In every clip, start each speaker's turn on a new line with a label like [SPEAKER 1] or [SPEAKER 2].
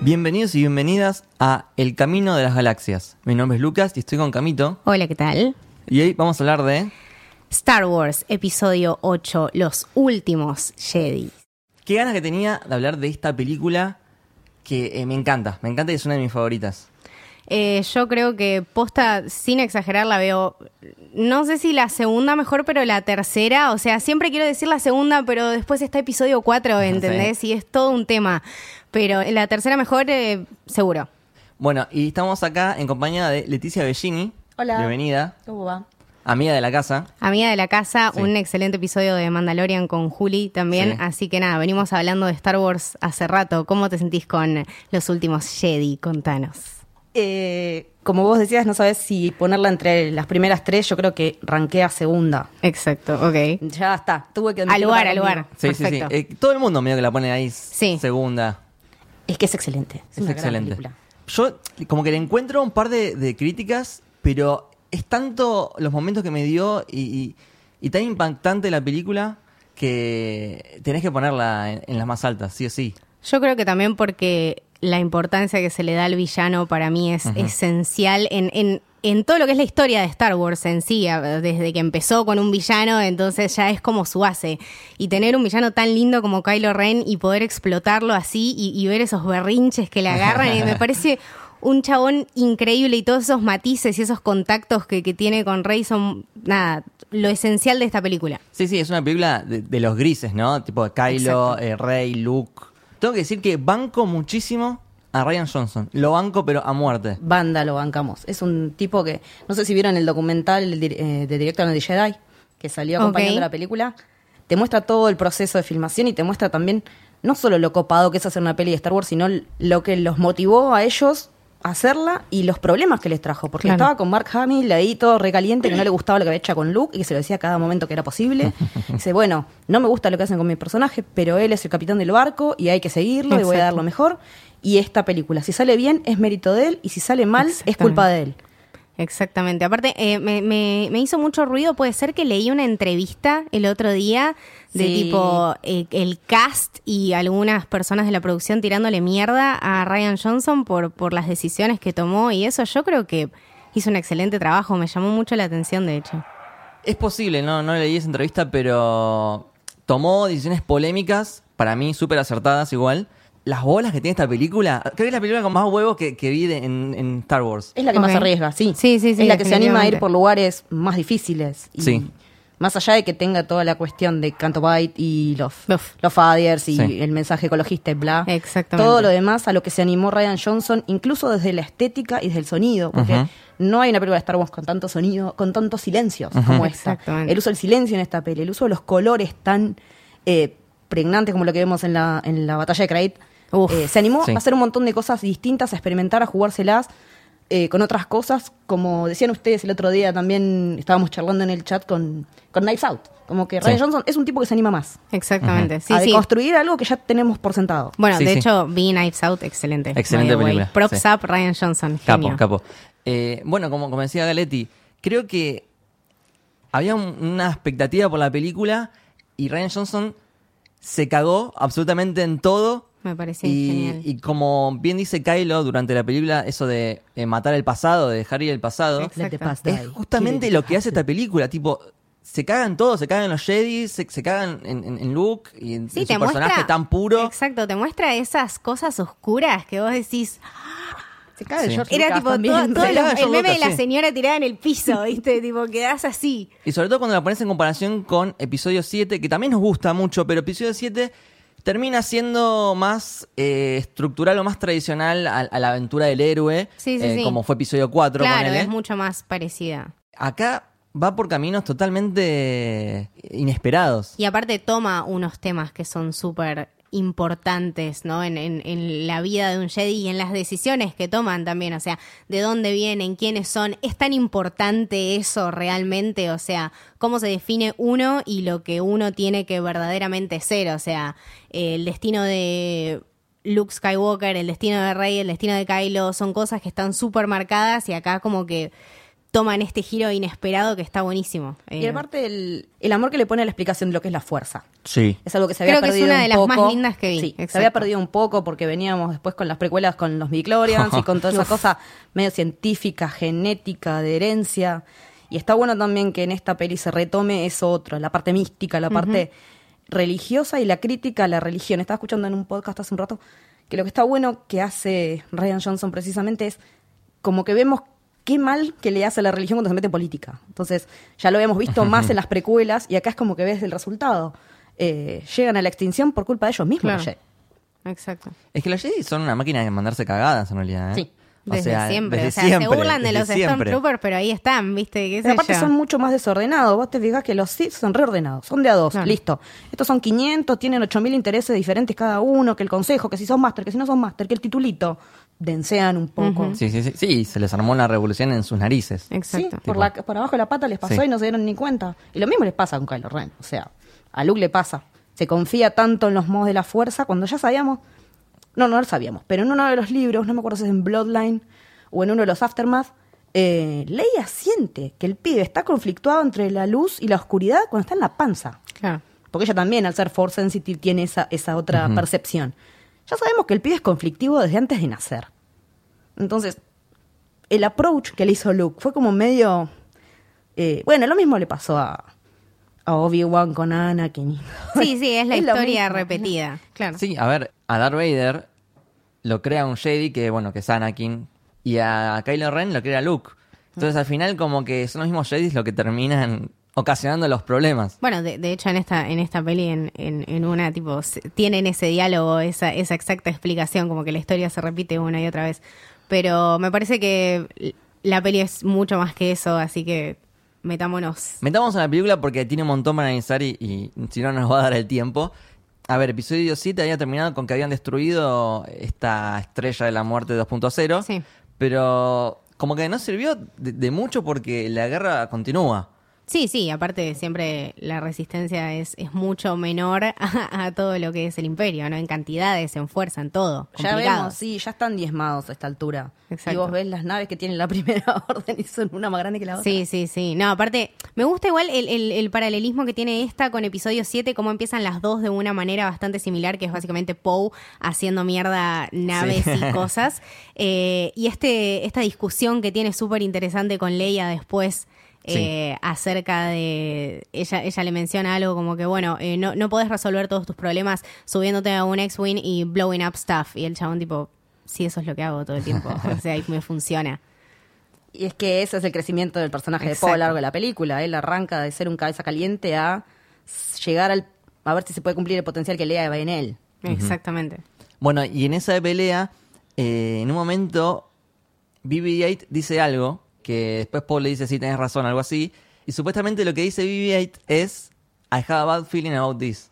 [SPEAKER 1] Bienvenidos y bienvenidas a El Camino de las Galaxias. Mi nombre es Lucas y estoy con Camito.
[SPEAKER 2] Hola, ¿qué tal?
[SPEAKER 1] Y hoy vamos a hablar de
[SPEAKER 2] Star Wars, episodio 8, Los Últimos Jedi.
[SPEAKER 1] qué ganas que tenía de hablar de esta película que eh, me encanta. Me encanta y es una de mis favoritas.
[SPEAKER 2] Eh, yo creo que posta, sin exagerar, la veo, no sé si la segunda mejor, pero la tercera, o sea, siempre quiero decir la segunda, pero después está episodio 4, ¿entendés? Y es todo un tema, pero la tercera mejor, eh, seguro.
[SPEAKER 1] Bueno, y estamos acá en compañía de Leticia Bellini.
[SPEAKER 3] Hola.
[SPEAKER 1] Bienvenida,
[SPEAKER 3] ¿Cómo va?
[SPEAKER 1] amiga de la casa.
[SPEAKER 2] Amiga de la casa,
[SPEAKER 1] Sí.
[SPEAKER 2] un excelente episodio de Mandalorian con Juli también,
[SPEAKER 1] Sí.
[SPEAKER 2] así que nada, venimos hablando de Star Wars hace rato, ¿cómo te sentís con Los Últimos Jedi? Contanos.
[SPEAKER 3] Eh, como vos decías, no sabes si ponerla entre las primeras tres, yo creo que ranqué a segunda.
[SPEAKER 2] Exacto, ok.
[SPEAKER 3] Ya está, tuve que...
[SPEAKER 2] Al lugar,
[SPEAKER 3] admitirlo
[SPEAKER 2] al lugar.
[SPEAKER 1] Sí,
[SPEAKER 2] Perfecto.
[SPEAKER 1] sí, sí. Eh, todo el mundo medio que la pone ahí s-
[SPEAKER 2] Sí.
[SPEAKER 1] segunda.
[SPEAKER 3] Es que es excelente.
[SPEAKER 1] Es,
[SPEAKER 3] Es, una gran
[SPEAKER 1] excelente.
[SPEAKER 3] película.
[SPEAKER 1] Yo como que le encuentro un par de, de críticas, pero es tanto los momentos que me dio y, y- y tan impactante la película que tenés que ponerla en, en las más altas, sí o sí.
[SPEAKER 2] Yo creo que también porque la importancia que se le da al villano para mí es esencial en, en, en todo lo que es la historia de Star Wars en sí, a- desde que empezó con un villano, entonces ya es como su base. Y tener un villano tan lindo como Kylo Ren y poder explotarlo así y, y ver esos berrinches que le agarran, eh, me parece un chabón increíble y todos esos matices y esos contactos que, que tiene con Rey son, nada, lo esencial de esta película.
[SPEAKER 1] Sí, sí, es una película de, de los grises, ¿no? Tipo Kylo,
[SPEAKER 2] Exacto.
[SPEAKER 1] eh, Rey, Luke. Tengo que decir que banco muchísimo a Ryan Johnson. Lo banco, pero a muerte.
[SPEAKER 3] Banda lo bancamos. Es un tipo que... No sé si vieron el documental del dir- eh, de Director de Jedi, que salió acompañando
[SPEAKER 2] Ok.
[SPEAKER 3] la película. Te muestra todo el proceso de filmación y te muestra también no solo lo copado que es hacer una peli de Star Wars, sino lo que los motivó a ellos a hacerla y los problemas que les trajo. Porque
[SPEAKER 2] Claro.
[SPEAKER 3] estaba con Mark Hamill ahí todo recaliente, que no le gustaba lo que había hecho con Luke y que se lo decía a cada momento que era posible. Dice, bueno, no me gusta lo que hacen con mi personaje, pero él es el capitán del barco y hay que seguirlo y voy a dar lo mejor. Y esta película, si sale bien, es mérito de él y si sale mal, es
[SPEAKER 2] Exactamente.
[SPEAKER 3] culpa de él.
[SPEAKER 2] Exactamente. Aparte, eh, me, me- me hizo mucho ruido. Puede ser que leí una entrevista el otro día de
[SPEAKER 3] Sí.
[SPEAKER 2] tipo eh, el cast y algunas personas de la producción tirándole mierda a Ryan Johnson por, por las decisiones que tomó y eso. Yo creo que hizo un excelente trabajo. Me llamó mucho la atención, de hecho.
[SPEAKER 1] Es posible, no, no leí esa entrevista, pero tomó decisiones polémicas, para mí súper acertadas igual. Las bolas que tiene esta película, creo que es la película con más huevos que, que vi de- en, en Star Wars.
[SPEAKER 3] Es la que
[SPEAKER 2] Ok.
[SPEAKER 3] más se arriesga, sí.
[SPEAKER 2] Sí, sí, sí,
[SPEAKER 3] Es la que se anima a
[SPEAKER 2] definitivamente.
[SPEAKER 3] ir por lugares más difíciles. Y
[SPEAKER 1] Sí.
[SPEAKER 3] Más allá de que tenga toda la cuestión de Canto Bight y los,
[SPEAKER 2] Los-
[SPEAKER 3] los Fadiers y
[SPEAKER 1] Sí.
[SPEAKER 3] el mensaje ecologista y bla.
[SPEAKER 2] Exactamente.
[SPEAKER 3] Todo lo demás a lo que se animó Ryan Johnson, incluso desde la estética y desde el sonido. Porque
[SPEAKER 1] Ujú.
[SPEAKER 3] no hay una película de Star Wars con tanto sonido, con tantos silencios como esta.
[SPEAKER 2] Exactamente.
[SPEAKER 3] El uso del silencio en esta peli, el uso de los colores tan eh, pregnantes como lo que vemos en la, en la batalla de Kraid.
[SPEAKER 2] Uf.
[SPEAKER 3] Eh, se animó
[SPEAKER 1] Sí.
[SPEAKER 3] a hacer un montón de cosas distintas, a experimentar, a jugárselas eh, con otras cosas. Como decían ustedes el otro día, también estábamos charlando en el chat con, con Knives Out. Como que Ryan
[SPEAKER 1] Sí.
[SPEAKER 3] Johnson es un tipo que se anima más
[SPEAKER 2] Exactamente. Sí,
[SPEAKER 3] a
[SPEAKER 2] sí.
[SPEAKER 3] construir algo que ya tenemos por sentado.
[SPEAKER 2] Bueno,
[SPEAKER 1] Ah, Sí,
[SPEAKER 2] de
[SPEAKER 1] sí.
[SPEAKER 2] hecho, vi Knives Out, excelente.
[SPEAKER 1] Excelente
[SPEAKER 2] by the way.
[SPEAKER 1] película,
[SPEAKER 2] Props
[SPEAKER 1] sí.
[SPEAKER 2] up, Ryan Johnson.
[SPEAKER 1] Capo,
[SPEAKER 2] genio.
[SPEAKER 1] capo. Eh, bueno, como, como decía Galetti, creo que había un- una expectativa por la película y Ryan Johnson se cagó absolutamente en todo.
[SPEAKER 2] Me parece
[SPEAKER 1] Y,
[SPEAKER 2] genial.
[SPEAKER 1] y como bien dice Kylo durante la película, eso de eh, matar el pasado, de dejar ir el pasado,
[SPEAKER 2] Exacto.
[SPEAKER 3] Let the past
[SPEAKER 1] Es
[SPEAKER 3] die.
[SPEAKER 1] justamente
[SPEAKER 3] Kill it.
[SPEAKER 1] lo que hace esta película, tipo, se cagan todos, se cagan los Jedi, se, se cagan en, en- en Luke y en, en su personaje tan puro.
[SPEAKER 2] Exacto, te muestra esas cosas oscuras que vos decís.
[SPEAKER 3] Se cae el
[SPEAKER 1] Sí.
[SPEAKER 3] George
[SPEAKER 2] Era
[SPEAKER 3] Lucas
[SPEAKER 2] tipo
[SPEAKER 3] también.
[SPEAKER 2] todo, todo
[SPEAKER 1] Se
[SPEAKER 2] lo-
[SPEAKER 1] caga
[SPEAKER 2] el
[SPEAKER 1] George
[SPEAKER 2] meme de
[SPEAKER 1] Lucas,
[SPEAKER 2] la
[SPEAKER 1] sí.
[SPEAKER 2] señora tirada en el piso, ¿viste? tipo, quedás así.
[SPEAKER 1] Y sobre todo cuando la pones en comparación con episodio 7, que también nos gusta mucho, pero episodio 7 termina siendo más eh, estructural o más tradicional a, a la aventura del héroe,
[SPEAKER 2] Sí, sí,
[SPEAKER 1] eh,
[SPEAKER 2] sí.
[SPEAKER 1] como fue episodio 4.
[SPEAKER 2] claro,
[SPEAKER 1] ponele.
[SPEAKER 2] es mucho más parecida.
[SPEAKER 1] Acá va por caminos totalmente inesperados.
[SPEAKER 2] Y aparte toma unos temas que son súper importantes, ¿no? En, en- en la vida de un Jedi y en las decisiones que toman también, o sea, de dónde vienen, quiénes son, es tan importante eso realmente, o sea, cómo se define uno y lo que uno tiene que verdaderamente ser, o sea, el destino de Luke Skywalker, el destino de Rey, el destino de Kylo, son cosas que están súper marcadas y acá como que toman este giro inesperado que está buenísimo.
[SPEAKER 3] Y
[SPEAKER 2] Eh,
[SPEAKER 3] aparte el, el amor que le pone a la explicación de lo que es la fuerza.
[SPEAKER 1] Sí.
[SPEAKER 3] Es algo que se había
[SPEAKER 2] Creo que es
[SPEAKER 3] perdido
[SPEAKER 2] una
[SPEAKER 3] un
[SPEAKER 2] de las
[SPEAKER 3] poco.
[SPEAKER 2] más lindas que vi,
[SPEAKER 3] Sí, se
[SPEAKER 2] exacto.
[SPEAKER 3] había perdido un poco porque veníamos después con las precuelas con los midichlorians y con toda esa cosa medio científica, genética, de herencia. Y está bueno también que en esta peli se retome eso otro, la parte mística, la parte religiosa y la crítica a la religión. Estaba escuchando en un podcast hace un rato que lo que está bueno que hace Ryan Johnson precisamente es como que vemos qué mal que le hace a la religión cuando se mete en política. Entonces, ya lo habíamos visto más en las precuelas y acá es como que ves el resultado. Eh, llegan a la extinción por culpa de ellos mismos.
[SPEAKER 2] Claro.
[SPEAKER 3] los Jedi.
[SPEAKER 2] Exacto.
[SPEAKER 1] Es que los Jedi son una máquina de mandarse cagadas en realidad. ¿eh?
[SPEAKER 3] Sí.
[SPEAKER 1] O
[SPEAKER 2] Desde
[SPEAKER 1] sea,
[SPEAKER 2] siempre.
[SPEAKER 1] desde
[SPEAKER 2] o sea, se
[SPEAKER 1] siempre,
[SPEAKER 2] burlan de
[SPEAKER 1] desde
[SPEAKER 2] los
[SPEAKER 1] siempre.
[SPEAKER 2] Stormtroopers, pero ahí están, ¿viste? ¿Qué sé
[SPEAKER 3] Pero aparte
[SPEAKER 2] yo?
[SPEAKER 3] son mucho más desordenados. Vos te fijas que los Sith son reordenados. Son de a dos.
[SPEAKER 2] Claro.
[SPEAKER 3] Listo. Estos son 500, tienen 8.000 intereses diferentes cada uno. Que el consejo, que si sos máster, que si no sos máster, que el titulito. Densean un poco.
[SPEAKER 1] Sí, sí, sí, sí, se les armó una revolución en sus narices.
[SPEAKER 2] Exacto.
[SPEAKER 3] Sí, por, la, por abajo de la pata les pasó
[SPEAKER 1] Sí.
[SPEAKER 3] y no se dieron ni cuenta. Y lo mismo les pasa con Kylo Ren. O sea, a Luke le pasa. Se confía tanto en los modos de la fuerza cuando ya sabíamos. No, no lo sabíamos. Pero en uno de los libros, no me acuerdo si es en Bloodline o en uno de los Aftermath, eh, Leia siente que el pibe está conflictuado entre la luz y la oscuridad cuando está en la panza.
[SPEAKER 2] Claro.
[SPEAKER 3] Porque ella también, al ser force sensitive, tiene esa, esa otra percepción. Ya sabemos que el pibe es conflictivo desde antes de nacer. Entonces, el approach que le hizo Luke fue como medio. eh, bueno, lo mismo le pasó a, a Obi-Wan con Anakin.
[SPEAKER 2] Sí, sí, es la
[SPEAKER 3] lo
[SPEAKER 2] historia
[SPEAKER 3] mismo.
[SPEAKER 2] repetida. Claro.
[SPEAKER 1] Sí, a ver, a Darth Vader lo crea un Jedi que, bueno, que es Anakin. Y a Kylo Ren lo crea Luke. Entonces al final como que son los mismos Jedis lo que terminan ocasionando los problemas.
[SPEAKER 2] Bueno, de, de hecho en esta en esta peli en, en, en una tipo se- tienen ese diálogo, esa esa exacta explicación, como que la historia se repite una y otra vez. Pero me parece que l- la peli es mucho más que eso, así que metámonos.
[SPEAKER 1] Metamos en la película porque tiene un montón para analizar y, y si no nos va a dar el tiempo. A ver, episodio 7 había terminado con que habían destruido esta estrella de la muerte 2.0.
[SPEAKER 2] Sí.
[SPEAKER 1] Pero como que no sirvió de, de mucho porque la guerra continúa.
[SPEAKER 2] Sí, sí, aparte siempre la resistencia es, es mucho menor a, a todo lo que es el imperio, ¿no? En cantidades, en fuerza, en todo.
[SPEAKER 3] Ya
[SPEAKER 2] Complicado.
[SPEAKER 3] vemos, sí, ya están diezmados a esta altura. Y
[SPEAKER 2] Exacto.
[SPEAKER 3] vos ves las naves que tienen la primera orden y son una más grande que la otra.
[SPEAKER 2] Sí, sí, sí. No, aparte, me gusta igual el, el- el paralelismo que tiene esta con episodio 7, cómo empiezan las dos de una manera bastante similar, que es básicamente Poe haciendo mierda naves
[SPEAKER 1] Sí.
[SPEAKER 2] y cosas. Eh, y este, esta discusión que tiene súper interesante con Leia después.
[SPEAKER 1] Sí.
[SPEAKER 2] eh, acerca de ella ella le menciona algo como que bueno eh, no, no podés resolver todos tus problemas subiéndote a un X-Wing y blowing up stuff y el chabón tipo sí eso es lo que hago todo el tiempo o sea y me funciona
[SPEAKER 3] Y es que ese es el crecimiento del personaje de Poe a lo
[SPEAKER 2] Exacto.
[SPEAKER 3] largo de la película. Él arranca de ser un cabeza caliente a llegar al, a ver si se puede cumplir el potencial que Leia va en él.
[SPEAKER 2] exactamente
[SPEAKER 1] Bueno, y en esa pelea, eh, en un momento, BB-8 dice algo que después Paul le dice, sí, tenés razón, algo así. Y supuestamente lo que dice BB-8 es, I have a bad feeling about this.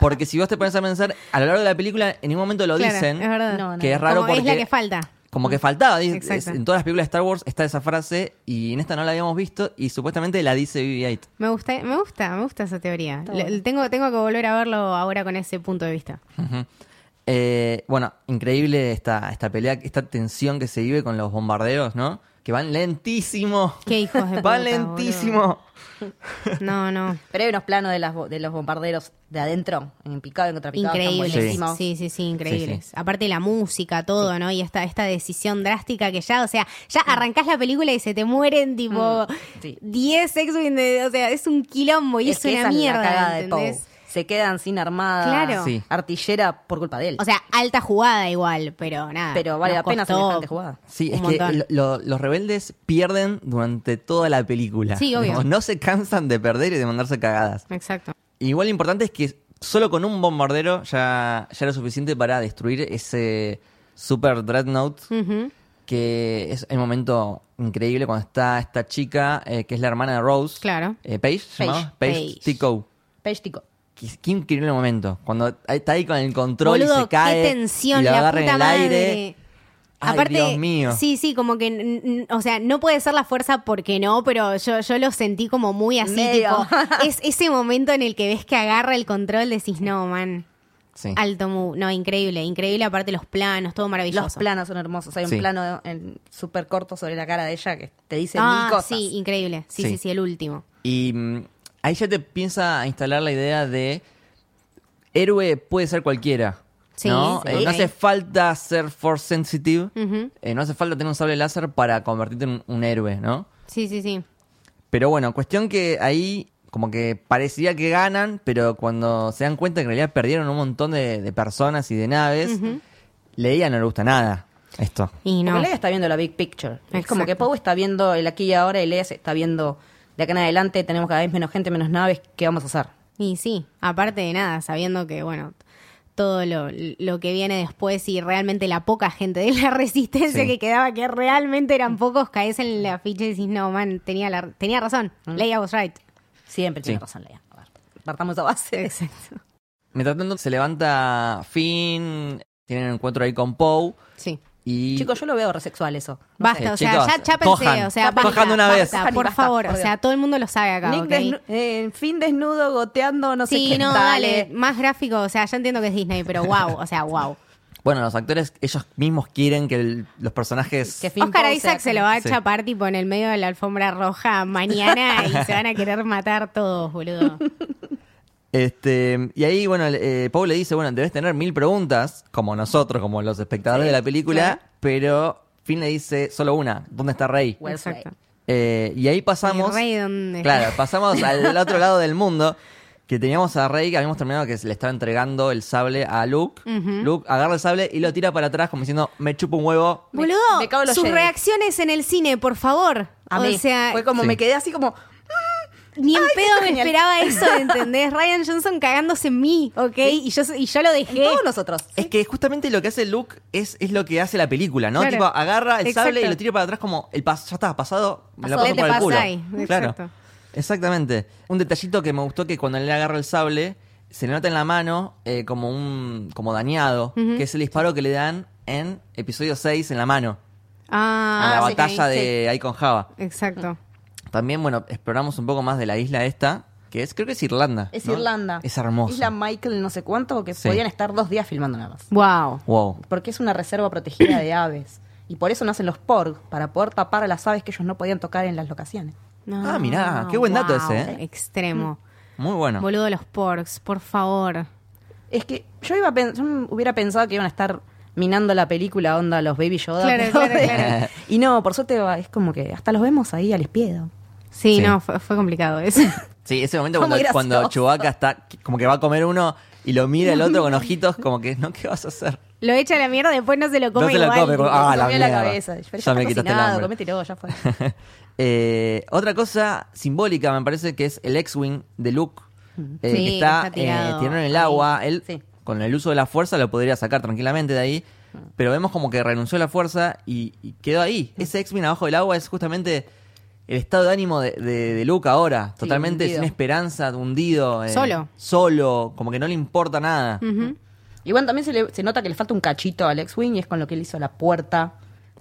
[SPEAKER 1] Porque si vos te pones a pensar, a lo largo de la película, en un momento lo
[SPEAKER 2] Claro,
[SPEAKER 1] dicen,
[SPEAKER 2] es verdad.
[SPEAKER 3] No, no.
[SPEAKER 1] que es raro
[SPEAKER 2] Como
[SPEAKER 1] porque...
[SPEAKER 2] es la que falta.
[SPEAKER 1] Como que faltaba, dice-
[SPEAKER 2] Exacto.
[SPEAKER 1] en todas las películas de Star Wars está esa frase y en esta no la habíamos visto y supuestamente la dice BB-8.
[SPEAKER 2] Me gusta, me gusta, me gusta esa teoría.
[SPEAKER 3] Está
[SPEAKER 2] Le-
[SPEAKER 3] bueno.
[SPEAKER 2] tengo, tengo que volver a verlo ahora con ese punto de vista.
[SPEAKER 1] Ujú. Eh, bueno, increíble esta, esta pelea, esta tensión que se vive con los bombarderos, ¿no? Que van lentísimo.
[SPEAKER 2] Qué hijos de puta,
[SPEAKER 1] Van lentísimo.
[SPEAKER 2] boludo. No, no.
[SPEAKER 3] Pero hay unos planos de, las, bo- de los bombarderos de adentro, en picado, en contrapicado. están
[SPEAKER 2] Increíbles. Sí.
[SPEAKER 3] buenísimos.
[SPEAKER 2] sí, sí, increíbles.
[SPEAKER 1] Sí,
[SPEAKER 2] Aparte la música, todo, ¿no? Y esta, esta decisión drástica que ya, o sea, ya arrancás la película y se te mueren tipo
[SPEAKER 3] Mm, sí.
[SPEAKER 2] 10 ex-wing de- o sea, es un quilombo y es,
[SPEAKER 3] que
[SPEAKER 2] una
[SPEAKER 3] esa
[SPEAKER 2] mierda,
[SPEAKER 3] la cagada de Poe.
[SPEAKER 2] ¿entendés?
[SPEAKER 3] Se quedan sin armada
[SPEAKER 2] Claro.
[SPEAKER 1] Sí.
[SPEAKER 3] artillera por culpa de él.
[SPEAKER 2] O sea, alta jugada igual, pero nada.
[SPEAKER 3] Pero vale
[SPEAKER 2] nos
[SPEAKER 3] la pena
[SPEAKER 2] costó
[SPEAKER 3] semejante jugada.
[SPEAKER 1] Sí,
[SPEAKER 2] un
[SPEAKER 1] es
[SPEAKER 2] montón.
[SPEAKER 1] que lo- los rebeldes pierden durante toda la película.
[SPEAKER 2] Sí, obvio.
[SPEAKER 1] Digamos, No, se cansan de perder y de mandarse cagadas.
[SPEAKER 2] Exacto.
[SPEAKER 1] Igual lo importante es que solo con un bombardero ya, ya era suficiente para destruir ese super dreadnought.
[SPEAKER 2] Ujú.
[SPEAKER 1] que es el momento increíble cuando está esta chica, eh, que es la hermana de Rose.
[SPEAKER 2] Claro.
[SPEAKER 1] Eh, Paige, ¿se
[SPEAKER 3] Paige.
[SPEAKER 1] llamaba? Paige,
[SPEAKER 2] Paige.
[SPEAKER 1] Tico.
[SPEAKER 3] Paige Tico.
[SPEAKER 1] Qué, qué increíble momento. Cuando está ahí con el control y
[SPEAKER 2] Boludo,
[SPEAKER 1] se cae.
[SPEAKER 2] Qué tensión,
[SPEAKER 1] y lo
[SPEAKER 2] la
[SPEAKER 1] agarra
[SPEAKER 2] puta
[SPEAKER 1] en el
[SPEAKER 2] madre.
[SPEAKER 1] aire. Ay, Dios mío.
[SPEAKER 2] sí, sí, como que, n- n- o sea, no puede ser la fuerza porque no, pero yo, yo lo sentí como muy así,
[SPEAKER 3] Medio.
[SPEAKER 2] tipo, es ese momento en el que ves que agarra el control, decís, no, man,
[SPEAKER 1] Sí.
[SPEAKER 2] Alto move. No, increíble, increíble. Aparte los planos, todo maravilloso.
[SPEAKER 3] Los planos son hermosos. Hay un
[SPEAKER 1] Sí.
[SPEAKER 3] plano en- súper corto sobre la cara de ella que te dice
[SPEAKER 2] Ah,
[SPEAKER 3] mil cosas.
[SPEAKER 2] sí, increíble. Sí,
[SPEAKER 1] Sí.
[SPEAKER 2] sí, sí, el último.
[SPEAKER 1] Y mm, ahí ya te piensa instalar la idea de héroe puede ser cualquiera.
[SPEAKER 2] Sí,
[SPEAKER 1] ¿no?
[SPEAKER 2] sí,
[SPEAKER 1] Eh,
[SPEAKER 2] ok.
[SPEAKER 1] no hace falta ser force sensitive,
[SPEAKER 2] Ujú.
[SPEAKER 1] eh, no hace falta tener un sable láser para convertirte en un, un héroe, ¿no?
[SPEAKER 2] Sí, sí, sí.
[SPEAKER 1] Pero bueno, cuestión que ahí como que parecía que ganan, pero cuando se dan cuenta que en realidad perdieron un montón de, de personas y de naves, leía no le gusta nada esto.
[SPEAKER 2] Y no.
[SPEAKER 3] Porque Leia está viendo la big picture. Es como
[SPEAKER 2] Exacto.
[SPEAKER 3] que Poe está viendo el aquí y ahora y Leia se está viendo de acá en adelante tenemos cada vez menos gente, menos naves, ¿qué vamos a hacer?
[SPEAKER 2] Y sí, aparte de nada, sabiendo que, bueno, todo lo, lo que viene después y realmente la poca gente de la resistencia
[SPEAKER 1] Sí.
[SPEAKER 2] que quedaba, que realmente eran pocos, caes en la ficha y decís, no, man, tenía, la, tenía razón. Leia was right.
[SPEAKER 3] Siempre tiene
[SPEAKER 1] Sí.
[SPEAKER 3] razón Leia. A ver, partamos a base.
[SPEAKER 2] Exacto.
[SPEAKER 1] Mientras tanto se levanta Finn, tienen un encuentro ahí con Poe
[SPEAKER 2] Sí.
[SPEAKER 1] y...
[SPEAKER 3] Chicos, yo lo veo resexual eso. No
[SPEAKER 2] Basta,
[SPEAKER 1] sé,
[SPEAKER 2] o sea,
[SPEAKER 1] chicos,
[SPEAKER 2] ya chápense,
[SPEAKER 1] cojan,
[SPEAKER 2] o sea,
[SPEAKER 1] cojan
[SPEAKER 2] basta,
[SPEAKER 1] de una vez.
[SPEAKER 2] basta,
[SPEAKER 3] Cojan y
[SPEAKER 2] por
[SPEAKER 3] basta,
[SPEAKER 2] favor,
[SPEAKER 3] por
[SPEAKER 2] o
[SPEAKER 3] Dios.
[SPEAKER 2] sea, todo el mundo lo sabe acá,
[SPEAKER 3] Nick
[SPEAKER 2] ¿ok?
[SPEAKER 3] desnu- eh, fin desnudo, goteando, no sé
[SPEAKER 2] Sí,
[SPEAKER 3] qué. eh.
[SPEAKER 2] no,
[SPEAKER 3] Dale.
[SPEAKER 2] dale, más gráfico, o sea, ya entiendo que es Disney, pero wow, o sea, wow.
[SPEAKER 1] Bueno, los actores, ellos mismos quieren que el- los personajes...
[SPEAKER 3] Que Finn
[SPEAKER 2] Oscar
[SPEAKER 3] Poe
[SPEAKER 2] Isaac se
[SPEAKER 3] sea-
[SPEAKER 2] lo va a
[SPEAKER 1] Sí.
[SPEAKER 2] chapar tipo en el medio de la alfombra roja mañana y se van a querer matar todos, boludo.
[SPEAKER 1] Este, y ahí, bueno, eh, Paul le dice, bueno, debes tener mil preguntas, como nosotros, como los espectadores de la película, pero Finn le dice solo una, ¿dónde está Rey?
[SPEAKER 3] Well,
[SPEAKER 2] Exacto.
[SPEAKER 3] right.
[SPEAKER 1] Eh, y ahí pasamos...
[SPEAKER 2] ¿Y Rey dónde?
[SPEAKER 1] Claro, pasamos al otro lado del mundo, que teníamos a Rey, que habíamos terminado que se le estaba entregando el sable a Luke. Luke agarra el sable y lo tira para atrás como diciendo, me chupa un huevo.
[SPEAKER 3] Me-
[SPEAKER 2] Boludo,
[SPEAKER 3] me cago en los
[SPEAKER 2] sus
[SPEAKER 3] Jedi.
[SPEAKER 2] reacciones en el cine, por favor.
[SPEAKER 3] Amé.
[SPEAKER 2] O sea,
[SPEAKER 3] fue como
[SPEAKER 1] Sí.
[SPEAKER 3] me quedé así como
[SPEAKER 2] ni en
[SPEAKER 3] Ay,
[SPEAKER 2] pedo
[SPEAKER 3] esto es
[SPEAKER 2] me
[SPEAKER 3] genial.
[SPEAKER 2] esperaba eso, ¿entendés? Ryan Johnson cagándose en mí, ¿ok? Y yo, y yo lo
[SPEAKER 3] en
[SPEAKER 2] dejé.
[SPEAKER 3] todos nosotros.
[SPEAKER 1] Es que justamente lo que hace Luke es, es lo que hace la película, ¿no?
[SPEAKER 2] Claro.
[SPEAKER 1] Tipo, agarra el sable
[SPEAKER 2] Exacto.
[SPEAKER 1] y lo tira para atrás como el pas ya está, pasado, me lo
[SPEAKER 3] Pasó.
[SPEAKER 1] paso
[SPEAKER 3] Vete,
[SPEAKER 1] por el
[SPEAKER 2] pasa
[SPEAKER 1] culo.
[SPEAKER 2] ahí. Exacto.
[SPEAKER 1] Claro. Exactamente. Un detallito que me gustó que cuando le agarra el sable, se le nota en la mano eh, como un como dañado, que es el disparo que le dan en episodio 6 en la mano,
[SPEAKER 2] Ah,
[SPEAKER 1] en la
[SPEAKER 3] sí,
[SPEAKER 1] batalla
[SPEAKER 3] sí. Mm.
[SPEAKER 1] de ahí con Java.
[SPEAKER 2] exacto.
[SPEAKER 1] También, bueno, exploramos un poco más de la isla esta, que es, creo que es Irlanda.
[SPEAKER 3] Es
[SPEAKER 1] ¿no?
[SPEAKER 3] Irlanda.
[SPEAKER 1] Es hermoso.
[SPEAKER 3] Isla Michael, no sé cuánto, que
[SPEAKER 1] Sí.
[SPEAKER 3] podían estar dos días filmando nada más.
[SPEAKER 2] Wow.
[SPEAKER 1] Wow.
[SPEAKER 3] Porque es una reserva protegida de aves. Y por eso nacen los porg, para poder tapar a las aves que ellos no podían tocar en las locaciones.
[SPEAKER 2] No,
[SPEAKER 1] Ah, mirá, qué buen dato ese, ¿eh?
[SPEAKER 2] Extremo.
[SPEAKER 1] Muy bueno.
[SPEAKER 2] Boludo, los porks, por favor.
[SPEAKER 3] Es que yo iba a pen- yo hubiera pensado que iban a estar minando la película onda los Baby Yoda.
[SPEAKER 2] Claro,
[SPEAKER 3] pero-
[SPEAKER 2] claro, claro.
[SPEAKER 3] Y no, por suerte va- es como que hasta los vemos ahí al espiedo.
[SPEAKER 2] Sí,
[SPEAKER 1] Sí.
[SPEAKER 2] no, fue, fue complicado eso.
[SPEAKER 1] Sí, ese momento
[SPEAKER 3] Fue
[SPEAKER 1] cuando,
[SPEAKER 3] muy
[SPEAKER 1] cuando
[SPEAKER 3] gracioso.
[SPEAKER 1] Chewbacca está, como que va a comer uno y lo mira el otro con ojitos, como que, no, ¿qué vas a hacer?
[SPEAKER 2] Lo echa a la mierda, después no se lo come
[SPEAKER 1] no se
[SPEAKER 2] igual.
[SPEAKER 1] lo come, como, ah, la,
[SPEAKER 3] Comió la
[SPEAKER 1] mierda.
[SPEAKER 3] cabeza. Pero
[SPEAKER 1] ya me
[SPEAKER 3] está
[SPEAKER 1] quitaste el
[SPEAKER 3] cocinado,
[SPEAKER 1] hambre.
[SPEAKER 3] comételo, ya fue.
[SPEAKER 1] Eh, otra cosa simbólica me parece que es el X-Wing de Luke, eh,
[SPEAKER 2] Mm. Sí,
[SPEAKER 1] que está,
[SPEAKER 2] está tirado
[SPEAKER 1] eh, tirado en el
[SPEAKER 2] ahí.
[SPEAKER 1] agua. Él,
[SPEAKER 3] Sí.
[SPEAKER 1] con el uso de la fuerza, lo podría sacar tranquilamente de ahí.
[SPEAKER 2] Mm.
[SPEAKER 1] Pero vemos como que renunció a la fuerza y, y quedó ahí.
[SPEAKER 2] Mm.
[SPEAKER 1] Ese X-Wing abajo del agua es justamente el estado de ánimo de, de- de Luke ahora. Totalmente
[SPEAKER 3] hundido.
[SPEAKER 1] sin esperanza, hundido. eh,
[SPEAKER 2] Solo. Mm.
[SPEAKER 1] Solo, como que no le importa nada.
[SPEAKER 3] Igual también se, le- se nota que le falta un cachito al X-Wing y es con lo que él hizo la puerta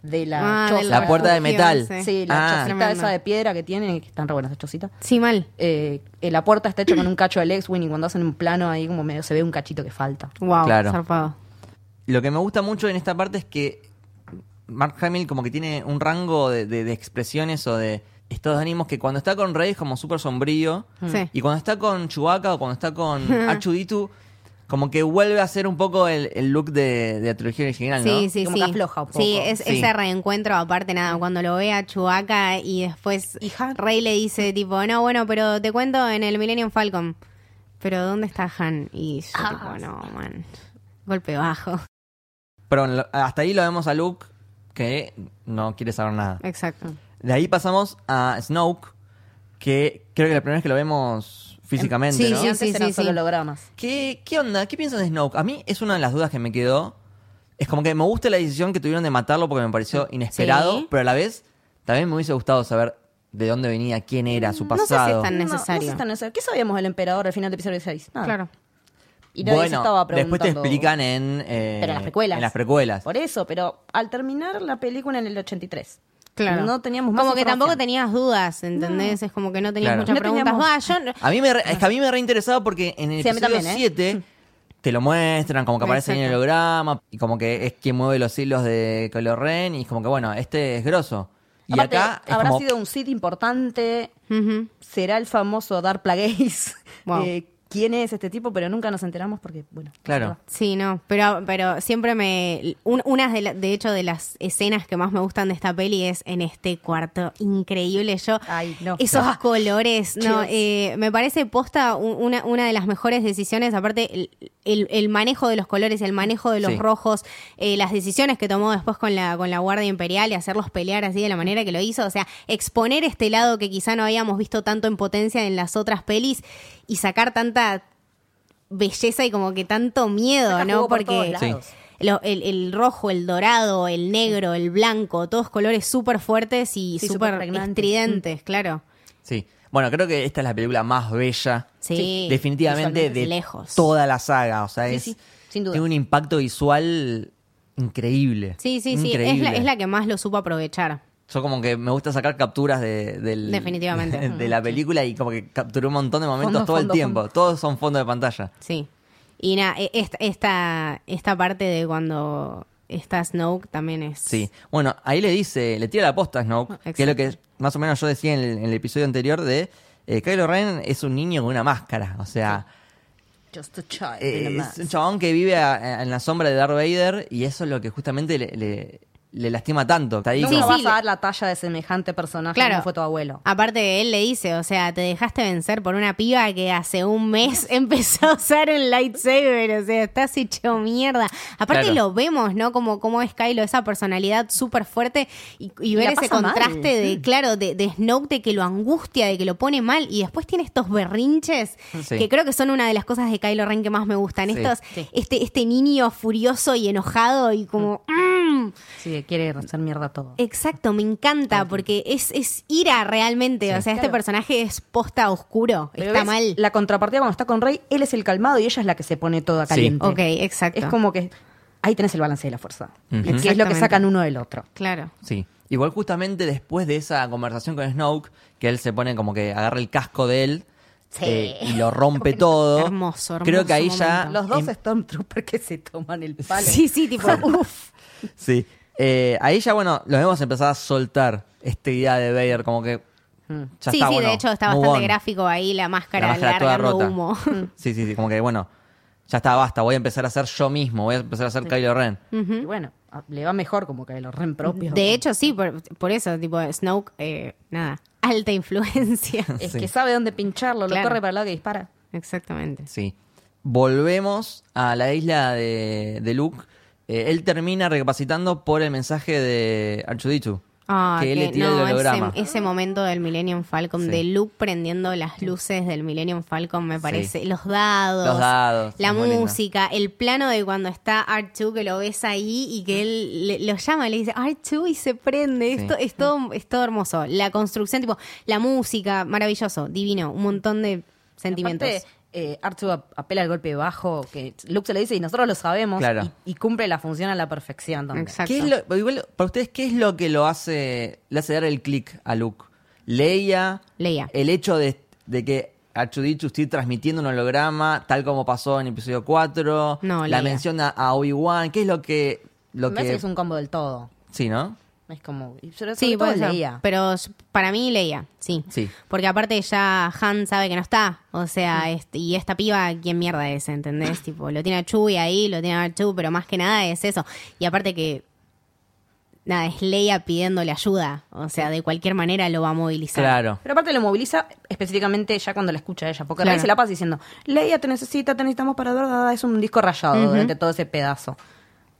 [SPEAKER 3] de la
[SPEAKER 2] Ah,
[SPEAKER 3] choza.
[SPEAKER 2] de
[SPEAKER 1] La puerta de metal.
[SPEAKER 2] Sí.
[SPEAKER 3] Sí, la
[SPEAKER 1] Ah.
[SPEAKER 3] chocita
[SPEAKER 2] Tremendo.
[SPEAKER 3] esa de piedra que tiene, que están re buenas esas chocitas.
[SPEAKER 2] Sí, mal.
[SPEAKER 3] Eh, eh, la puerta está hecha con un cacho del X-Wing y cuando hacen un plano ahí como medio se ve un cachito que falta.
[SPEAKER 2] Wow,
[SPEAKER 1] Claro.
[SPEAKER 2] zarpado.
[SPEAKER 1] Lo que me gusta mucho en esta parte es que Mark Hamill como que tiene un rango de, de- de expresiones o de estados de ánimos que cuando está con Rey es como súper sombrío.
[SPEAKER 2] Sí.
[SPEAKER 1] Y cuando está con Chewbacca o cuando está con Archuditu, como que vuelve a ser un poco el, el look de, de la trilogía original, ¿no?
[SPEAKER 2] Sí, sí,
[SPEAKER 3] Como
[SPEAKER 2] sí.
[SPEAKER 3] que afloja un poco.
[SPEAKER 2] Sí, es,
[SPEAKER 1] Sí.
[SPEAKER 2] ese reencuentro, aparte nada, cuando lo ve a Chewbacca y después
[SPEAKER 3] Y Han.
[SPEAKER 2] Rey le dice tipo, no, bueno, pero te cuento en el Millennium Falcon. Pero ¿dónde está Han? Y yo tipo, no, man. Golpe bajo.
[SPEAKER 1] Pero bueno, lo- hasta ahí lo vemos a Luke que no quiere saber nada.
[SPEAKER 2] Exacto.
[SPEAKER 1] De ahí pasamos a Snoke, que creo que la primera vez que lo vemos físicamente,
[SPEAKER 2] Sí,
[SPEAKER 1] ¿no?
[SPEAKER 2] sí,
[SPEAKER 3] Antes
[SPEAKER 2] sí,
[SPEAKER 3] eran
[SPEAKER 2] sí,
[SPEAKER 3] solo
[SPEAKER 2] sí.
[SPEAKER 3] hologramas.
[SPEAKER 1] ¿Qué, ¿Qué onda? ¿Qué piensan de Snoke? A mí es una de las dudas que me quedó. Es como que me gusta la decisión que tuvieron de matarlo porque me pareció inesperado,
[SPEAKER 2] Sí.
[SPEAKER 1] pero a la vez también me hubiese gustado saber de dónde venía, quién era, su
[SPEAKER 2] No sé si es
[SPEAKER 1] pasado.
[SPEAKER 2] tan
[SPEAKER 3] No, no sé si
[SPEAKER 2] necesario.
[SPEAKER 3] es tan necesario. ¿Qué sabíamos del emperador al final del episodio 6? Nada.
[SPEAKER 2] Claro.
[SPEAKER 3] Y nadie se
[SPEAKER 1] bueno,
[SPEAKER 3] estaba
[SPEAKER 1] después te
[SPEAKER 3] preguntando-
[SPEAKER 1] explican en, eh,
[SPEAKER 3] Pero en las precuelas.
[SPEAKER 1] en las precuelas.
[SPEAKER 3] Por eso, pero al terminar la película en el 83.
[SPEAKER 2] Claro.
[SPEAKER 3] No teníamos más
[SPEAKER 2] Como que
[SPEAKER 3] información.
[SPEAKER 2] tampoco tenías dudas, ¿entendés? Es como que no Ah. tenías
[SPEAKER 1] Claro.
[SPEAKER 2] muchas
[SPEAKER 3] No
[SPEAKER 2] preguntas.
[SPEAKER 3] teníamos-
[SPEAKER 2] Va, yo no-
[SPEAKER 1] A mí me re- es que a mí me reinteresaba porque en el
[SPEAKER 3] Sí, a mí
[SPEAKER 1] episodio
[SPEAKER 3] también, ¿eh?
[SPEAKER 1] 7 te lo muestran, como que aparece ahí en el
[SPEAKER 2] Exacto.
[SPEAKER 1] holograma, y como que es quien mueve los hilos de Kylo Ren, y es como que, bueno, este es grosso. Y
[SPEAKER 3] Aparte,
[SPEAKER 1] acá es
[SPEAKER 3] habrá
[SPEAKER 1] como-
[SPEAKER 3] sido un sitio importante,
[SPEAKER 2] Ujú.
[SPEAKER 3] será el famoso Dark Plagueis.
[SPEAKER 2] Wow.
[SPEAKER 3] Eh, ¿Quién es este tipo? Pero nunca nos enteramos porque, bueno.
[SPEAKER 1] Claro.
[SPEAKER 2] Sí, no, pero, pero siempre me... un- unas de, la- de hecho de las escenas que más me gustan de esta peli es en este cuarto increíble. Yo,
[SPEAKER 3] Ay, no.
[SPEAKER 2] esos
[SPEAKER 3] Ah.
[SPEAKER 2] colores, no,
[SPEAKER 3] Dios.
[SPEAKER 2] Eh, me parece posta un- una, una de las mejores decisiones, aparte el, el- el manejo de los colores, el manejo de los
[SPEAKER 1] Sí.
[SPEAKER 2] rojos, eh, las decisiones que tomó después con la, con la Guardia Imperial y hacerlos pelear así de la manera que lo hizo, o sea, exponer este lado que quizá no habíamos visto tanto en potencia en las otras pelis y sacar tanta belleza y como que tanto miedo,
[SPEAKER 3] Saca
[SPEAKER 2] ¿no?
[SPEAKER 3] jugo por todos
[SPEAKER 2] Porque
[SPEAKER 1] Sí.
[SPEAKER 3] lados.
[SPEAKER 2] lo- el, el rojo, el dorado, el negro, el blanco, todos colores súper fuertes y
[SPEAKER 3] Sí, súper
[SPEAKER 2] súper
[SPEAKER 3] pregnantes.
[SPEAKER 2] estridentes, claro.
[SPEAKER 1] Sí. Bueno, creo que esta es la película más bella.
[SPEAKER 2] Sí.
[SPEAKER 1] Definitivamente
[SPEAKER 2] Visualmente
[SPEAKER 1] de
[SPEAKER 2] lejos.
[SPEAKER 1] toda la saga. O sea,
[SPEAKER 3] Sí,
[SPEAKER 1] es.
[SPEAKER 3] sí, sin duda.
[SPEAKER 1] Tiene un impacto visual increíble.
[SPEAKER 2] Sí, sí, sí. Es
[SPEAKER 1] Increíble.
[SPEAKER 2] la, es la que más lo supo aprovechar.
[SPEAKER 1] Yo como que me gusta sacar capturas de, del-
[SPEAKER 2] Definitivamente.
[SPEAKER 1] de, la película y como que capturé un montón de momentos
[SPEAKER 3] Fondo,
[SPEAKER 1] todo
[SPEAKER 3] fondo,
[SPEAKER 1] el tiempo.
[SPEAKER 3] fondo.
[SPEAKER 1] Todos son fondo de pantalla.
[SPEAKER 2] Sí. Y nada, e- esta, esta, esta parte de cuando está Snoke también es.
[SPEAKER 1] Sí. Bueno, ahí le dice, le tira la posta a Snoke,
[SPEAKER 2] Exacto.
[SPEAKER 1] que es lo que más o menos yo decía en el, en el episodio anterior de eh, Kylo Ren es un niño con una máscara. O sea,
[SPEAKER 3] Just a child
[SPEAKER 1] eh,
[SPEAKER 3] in a
[SPEAKER 1] es un
[SPEAKER 3] mask.
[SPEAKER 1] chabón que vive a- a- en la sombra de Darth Vader y eso es lo que justamente le, le- le lastima tanto. Está ahí
[SPEAKER 3] Nunca
[SPEAKER 2] Sí,
[SPEAKER 1] como-
[SPEAKER 2] sí,
[SPEAKER 3] vas
[SPEAKER 2] le-
[SPEAKER 3] a dar la talla de semejante personaje
[SPEAKER 2] Claro.
[SPEAKER 3] como fue tu abuelo.
[SPEAKER 2] Aparte, él le dice, o sea, te dejaste vencer por una piba que hace un mes empezó a usar un lightsaber, o sea, estás hecho mierda. Aparte
[SPEAKER 1] Claro.
[SPEAKER 2] lo vemos, ¿no? Como, como es Kylo, esa personalidad súper fuerte y, y ver
[SPEAKER 3] la
[SPEAKER 2] ese
[SPEAKER 3] pasa mal. Mm.
[SPEAKER 2] contraste de, claro, de, de Snoke, de que lo angustia, de que lo pone mal y después tiene estos berrinches
[SPEAKER 1] Sí.
[SPEAKER 2] que creo que son una de las cosas de Kylo Ren que más me gustan.
[SPEAKER 1] Sí.
[SPEAKER 2] Estos,
[SPEAKER 3] Sí.
[SPEAKER 2] Este, este niño furioso y enojado y como... "Mm".
[SPEAKER 3] Sí, quiere hacer mierda todo.
[SPEAKER 2] Exacto, me encanta porque es, es ira realmente. o sea, este
[SPEAKER 3] Claro.
[SPEAKER 2] personaje es posta oscuro,
[SPEAKER 3] Pero
[SPEAKER 2] está
[SPEAKER 3] ves,
[SPEAKER 2] mal.
[SPEAKER 3] La contrapartida cuando está con Rey, él es el calmado y ella es la que se pone toda caliente.
[SPEAKER 2] Ok, exacto.
[SPEAKER 3] Es como que ahí tenés el balance de la fuerza.
[SPEAKER 1] Ujú.
[SPEAKER 3] Que es lo que
[SPEAKER 2] Exactamente.
[SPEAKER 3] sacan uno del otro.
[SPEAKER 2] Claro.
[SPEAKER 1] Sí. Igual justamente después de esa conversación con Snoke, que él se pone como que agarra el casco de él
[SPEAKER 3] Sí.
[SPEAKER 1] eh, y lo rompe todo.
[SPEAKER 2] Hermoso, hermoso
[SPEAKER 1] Creo que ahí ya...
[SPEAKER 2] momento.
[SPEAKER 3] Los dos
[SPEAKER 1] em-
[SPEAKER 3] Stormtroopers que se toman el palo.
[SPEAKER 2] Sí, sí, tipo, uff.
[SPEAKER 1] Sí. Eh, ahí ya, bueno, los vemos empezar a soltar esta idea de Vader, como que. Ya
[SPEAKER 2] Mm. sí,
[SPEAKER 1] está,
[SPEAKER 2] sí,
[SPEAKER 1] bueno,
[SPEAKER 2] de hecho está
[SPEAKER 1] move
[SPEAKER 2] bastante
[SPEAKER 1] on.
[SPEAKER 2] gráfico ahí la máscara,
[SPEAKER 1] La máscara toda
[SPEAKER 2] largando
[SPEAKER 1] rota.
[SPEAKER 2] humo.
[SPEAKER 1] Sí, sí, sí, como que, bueno, ya está, basta, voy a empezar a ser yo mismo, voy a empezar a ser Kylo Ren.
[SPEAKER 3] Y bueno, a- le va mejor como que a los ren propios.
[SPEAKER 2] De hecho, sí, por, por eso, tipo, Snoke, eh, nada, alta influencia.
[SPEAKER 3] es
[SPEAKER 1] sí.
[SPEAKER 3] que sabe dónde pincharlo,
[SPEAKER 2] Claro.
[SPEAKER 3] lo corre para el lado que dispara.
[SPEAKER 2] Exactamente.
[SPEAKER 1] Sí. Volvemos a la isla de, de Luke. Eh, él termina recapacitando por el mensaje de Archudichu.
[SPEAKER 2] Ah,
[SPEAKER 1] que él
[SPEAKER 2] que-
[SPEAKER 1] le tira
[SPEAKER 2] no, em-
[SPEAKER 1] el holograma.
[SPEAKER 2] Ese, ese momento del Millennium Falcon,
[SPEAKER 1] Sí.
[SPEAKER 2] de Luke prendiendo las luces del Millennium Falcon, me parece. Los dados.
[SPEAKER 1] Los dados,
[SPEAKER 2] La
[SPEAKER 1] es muy lindo.
[SPEAKER 2] música, el plano de cuando está R2, que lo ves ahí y que él le- lo llama, le dice R2 y se prende.
[SPEAKER 1] Sí.
[SPEAKER 2] Esto es todo, es todo hermoso. La construcción, tipo, la música, maravilloso, divino. Un montón de sentimientos.
[SPEAKER 3] Aparte, eh, Artu ap- apela al golpe bajo, que Luke se lo dice y nosotros lo sabemos.
[SPEAKER 1] Claro.
[SPEAKER 3] Y, y cumple la función a la perfección también.
[SPEAKER 2] Exacto.
[SPEAKER 1] ¿Qué es lo- pero igual, para ustedes, ¿qué es lo que lo hace, le hace dar el clic a Luke? Leia,
[SPEAKER 2] Leia.
[SPEAKER 1] el hecho de, de que Archudichu esté transmitiendo un holograma, tal como pasó en episodio 4,
[SPEAKER 2] No,
[SPEAKER 1] la
[SPEAKER 2] Leia.
[SPEAKER 1] mención a, a Obi-Wan, ¿qué es lo que... Lo
[SPEAKER 3] Me
[SPEAKER 1] que,
[SPEAKER 3] parece que es un combo del todo.
[SPEAKER 1] Sí, ¿no?
[SPEAKER 3] Es como. y sobre
[SPEAKER 2] Sí,
[SPEAKER 3] sobre todo
[SPEAKER 2] puede ser.
[SPEAKER 3] Leia.
[SPEAKER 2] Pero s- para mí Leia, sí.
[SPEAKER 1] Sí.
[SPEAKER 2] Porque aparte ya Han sabe que no está. O sea, este- y esta piba, ¿quién mierda es? ¿Entendés? tipo, lo tiene a Chewie ahí, lo tiene a Chu, pero más que nada es eso. Y aparte que. Nada, es Leia pidiéndole ayuda. O sea, de cualquier manera lo va a movilizar.
[SPEAKER 1] Claro.
[SPEAKER 3] Pero aparte lo moviliza específicamente ya cuando la escucha ella, porque
[SPEAKER 2] Claro.
[SPEAKER 3] Rey se la pasa diciendo, Leia te necesita, te necesitamos para dar, dar, dar". es un disco rayado durante todo ese pedazo.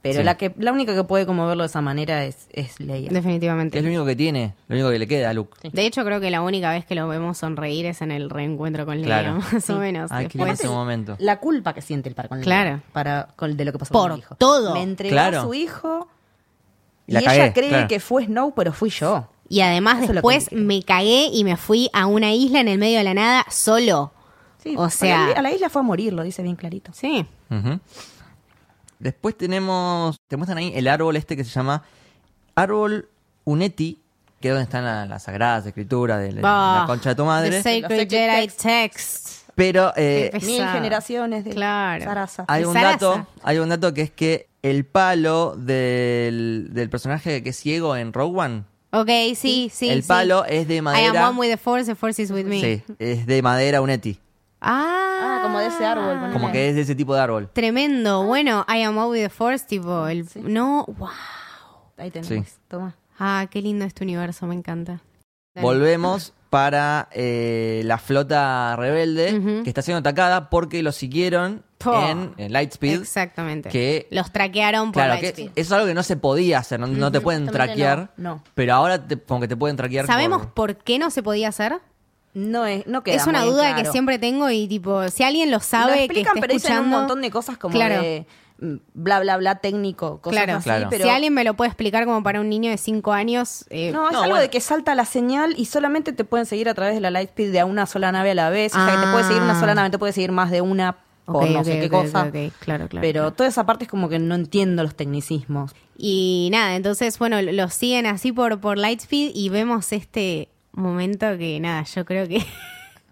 [SPEAKER 3] Pero
[SPEAKER 1] Sí.
[SPEAKER 3] la que la única que puede como verlo de esa manera es, es Leia.
[SPEAKER 1] Es lo
[SPEAKER 2] Definitivamente.
[SPEAKER 1] único que tiene, lo único que le queda a Luke.
[SPEAKER 2] De hecho, creo que la única vez que lo vemos sonreír es en el reencuentro con Leia,
[SPEAKER 1] Claro.
[SPEAKER 2] más o menos.
[SPEAKER 1] Ah, qué lindo
[SPEAKER 2] Después-
[SPEAKER 1] ese momento.
[SPEAKER 3] La culpa que siente el par con Leia
[SPEAKER 2] Claro.
[SPEAKER 3] para con, de lo que pasó
[SPEAKER 2] Por
[SPEAKER 3] con el hijo.
[SPEAKER 2] todo.
[SPEAKER 3] Me entregó
[SPEAKER 1] Claro.
[SPEAKER 3] a su hijo
[SPEAKER 1] Y
[SPEAKER 3] y,
[SPEAKER 1] la cagué,
[SPEAKER 3] ella cree
[SPEAKER 1] claro.
[SPEAKER 3] que fue Snow, pero fui yo.
[SPEAKER 2] Y además
[SPEAKER 3] Eso es lo que
[SPEAKER 2] después
[SPEAKER 3] me
[SPEAKER 2] me cagué y me fui a una isla en el medio de la nada solo.
[SPEAKER 3] Sí,
[SPEAKER 2] o sea,
[SPEAKER 3] a la, a la isla fue a morir, lo dice bien clarito.
[SPEAKER 2] sí.
[SPEAKER 1] Ujú. Después tenemos, te muestran ahí el árbol este que se llama Árbol Uneti, que es donde están la- las sagradas escrituras de la,
[SPEAKER 2] Bah,
[SPEAKER 1] la concha de tu madre.
[SPEAKER 2] The Sacred
[SPEAKER 3] Los Sacred
[SPEAKER 2] Jedi
[SPEAKER 3] Texts.
[SPEAKER 2] Text.
[SPEAKER 1] Pero eh,
[SPEAKER 2] Qué pesado.
[SPEAKER 3] Mil generaciones de
[SPEAKER 2] Claro.
[SPEAKER 3] zaraza.
[SPEAKER 2] Ay.
[SPEAKER 1] hay un
[SPEAKER 2] Sarasa.
[SPEAKER 1] dato, hay un dato que es que el palo del, del personaje que es ciego en Rogue One,
[SPEAKER 2] Ok, sí, sí.
[SPEAKER 1] el
[SPEAKER 2] sí.
[SPEAKER 1] palo es de madera.
[SPEAKER 2] I am one with the force, the force is with me.
[SPEAKER 1] Sí, es de madera uneti.
[SPEAKER 2] Ah,
[SPEAKER 3] Ah, como de ese árbol, ponele.
[SPEAKER 1] Como que es de ese tipo de árbol.
[SPEAKER 2] Tremendo. Bueno, I am one with the force, tipo. El, No, wow.
[SPEAKER 3] Ahí tenés.
[SPEAKER 1] Sí.
[SPEAKER 3] Toma.
[SPEAKER 2] Ah, qué lindo es tu universo, me encanta. Dale.
[SPEAKER 1] Volvemos para eh, la flota rebelde
[SPEAKER 2] Ujú.
[SPEAKER 1] que está siendo atacada porque lo siguieron
[SPEAKER 2] Po.
[SPEAKER 1] en, en Lightspeed.
[SPEAKER 2] Exactamente.
[SPEAKER 1] que-
[SPEAKER 2] Los traquearon por
[SPEAKER 1] Claro, que
[SPEAKER 2] Lightspeed.
[SPEAKER 1] eso es algo que no se podía hacer, no, no te pueden
[SPEAKER 3] justamente
[SPEAKER 1] traquear.
[SPEAKER 3] no, no.
[SPEAKER 1] Pero ahora te- como que te pueden traquear.
[SPEAKER 2] ¿Sabemos
[SPEAKER 1] por-
[SPEAKER 2] por qué no se podía hacer?
[SPEAKER 3] No es, no queda
[SPEAKER 2] es una
[SPEAKER 3] muy
[SPEAKER 2] duda
[SPEAKER 3] claro.
[SPEAKER 2] que siempre tengo y tipo, si alguien lo
[SPEAKER 3] Lo
[SPEAKER 2] sabe, que
[SPEAKER 3] explican,
[SPEAKER 2] esté
[SPEAKER 3] pero
[SPEAKER 2] escuchando,
[SPEAKER 3] dicen un montón de cosas como
[SPEAKER 2] Claro.
[SPEAKER 3] de mm, bla, bla, bla, técnico, cosas
[SPEAKER 2] claro.
[SPEAKER 3] así,
[SPEAKER 1] Claro.
[SPEAKER 3] pero...
[SPEAKER 2] Si alguien me lo puede explicar como para un niño de 5 años, eh,
[SPEAKER 3] No, es
[SPEAKER 1] No,
[SPEAKER 3] algo
[SPEAKER 1] bueno.
[SPEAKER 3] de que salta la señal y solamente te pueden seguir a través de la Lightspeed de a una sola nave a la vez. O sea, que te puede seguir una sola
[SPEAKER 2] Ah.
[SPEAKER 3] nave, te puede seguir más de una por
[SPEAKER 2] Ok,
[SPEAKER 3] no
[SPEAKER 2] ok,
[SPEAKER 3] sé qué
[SPEAKER 2] ok,
[SPEAKER 3] cosa.
[SPEAKER 2] ok, ok, claro, claro,
[SPEAKER 3] Pero
[SPEAKER 2] claro.
[SPEAKER 3] toda esa parte es como que no entiendo los tecnicismos.
[SPEAKER 2] Y nada, entonces, bueno, los siguen así por, por Lightspeed y vemos este momento que nada, yo creo que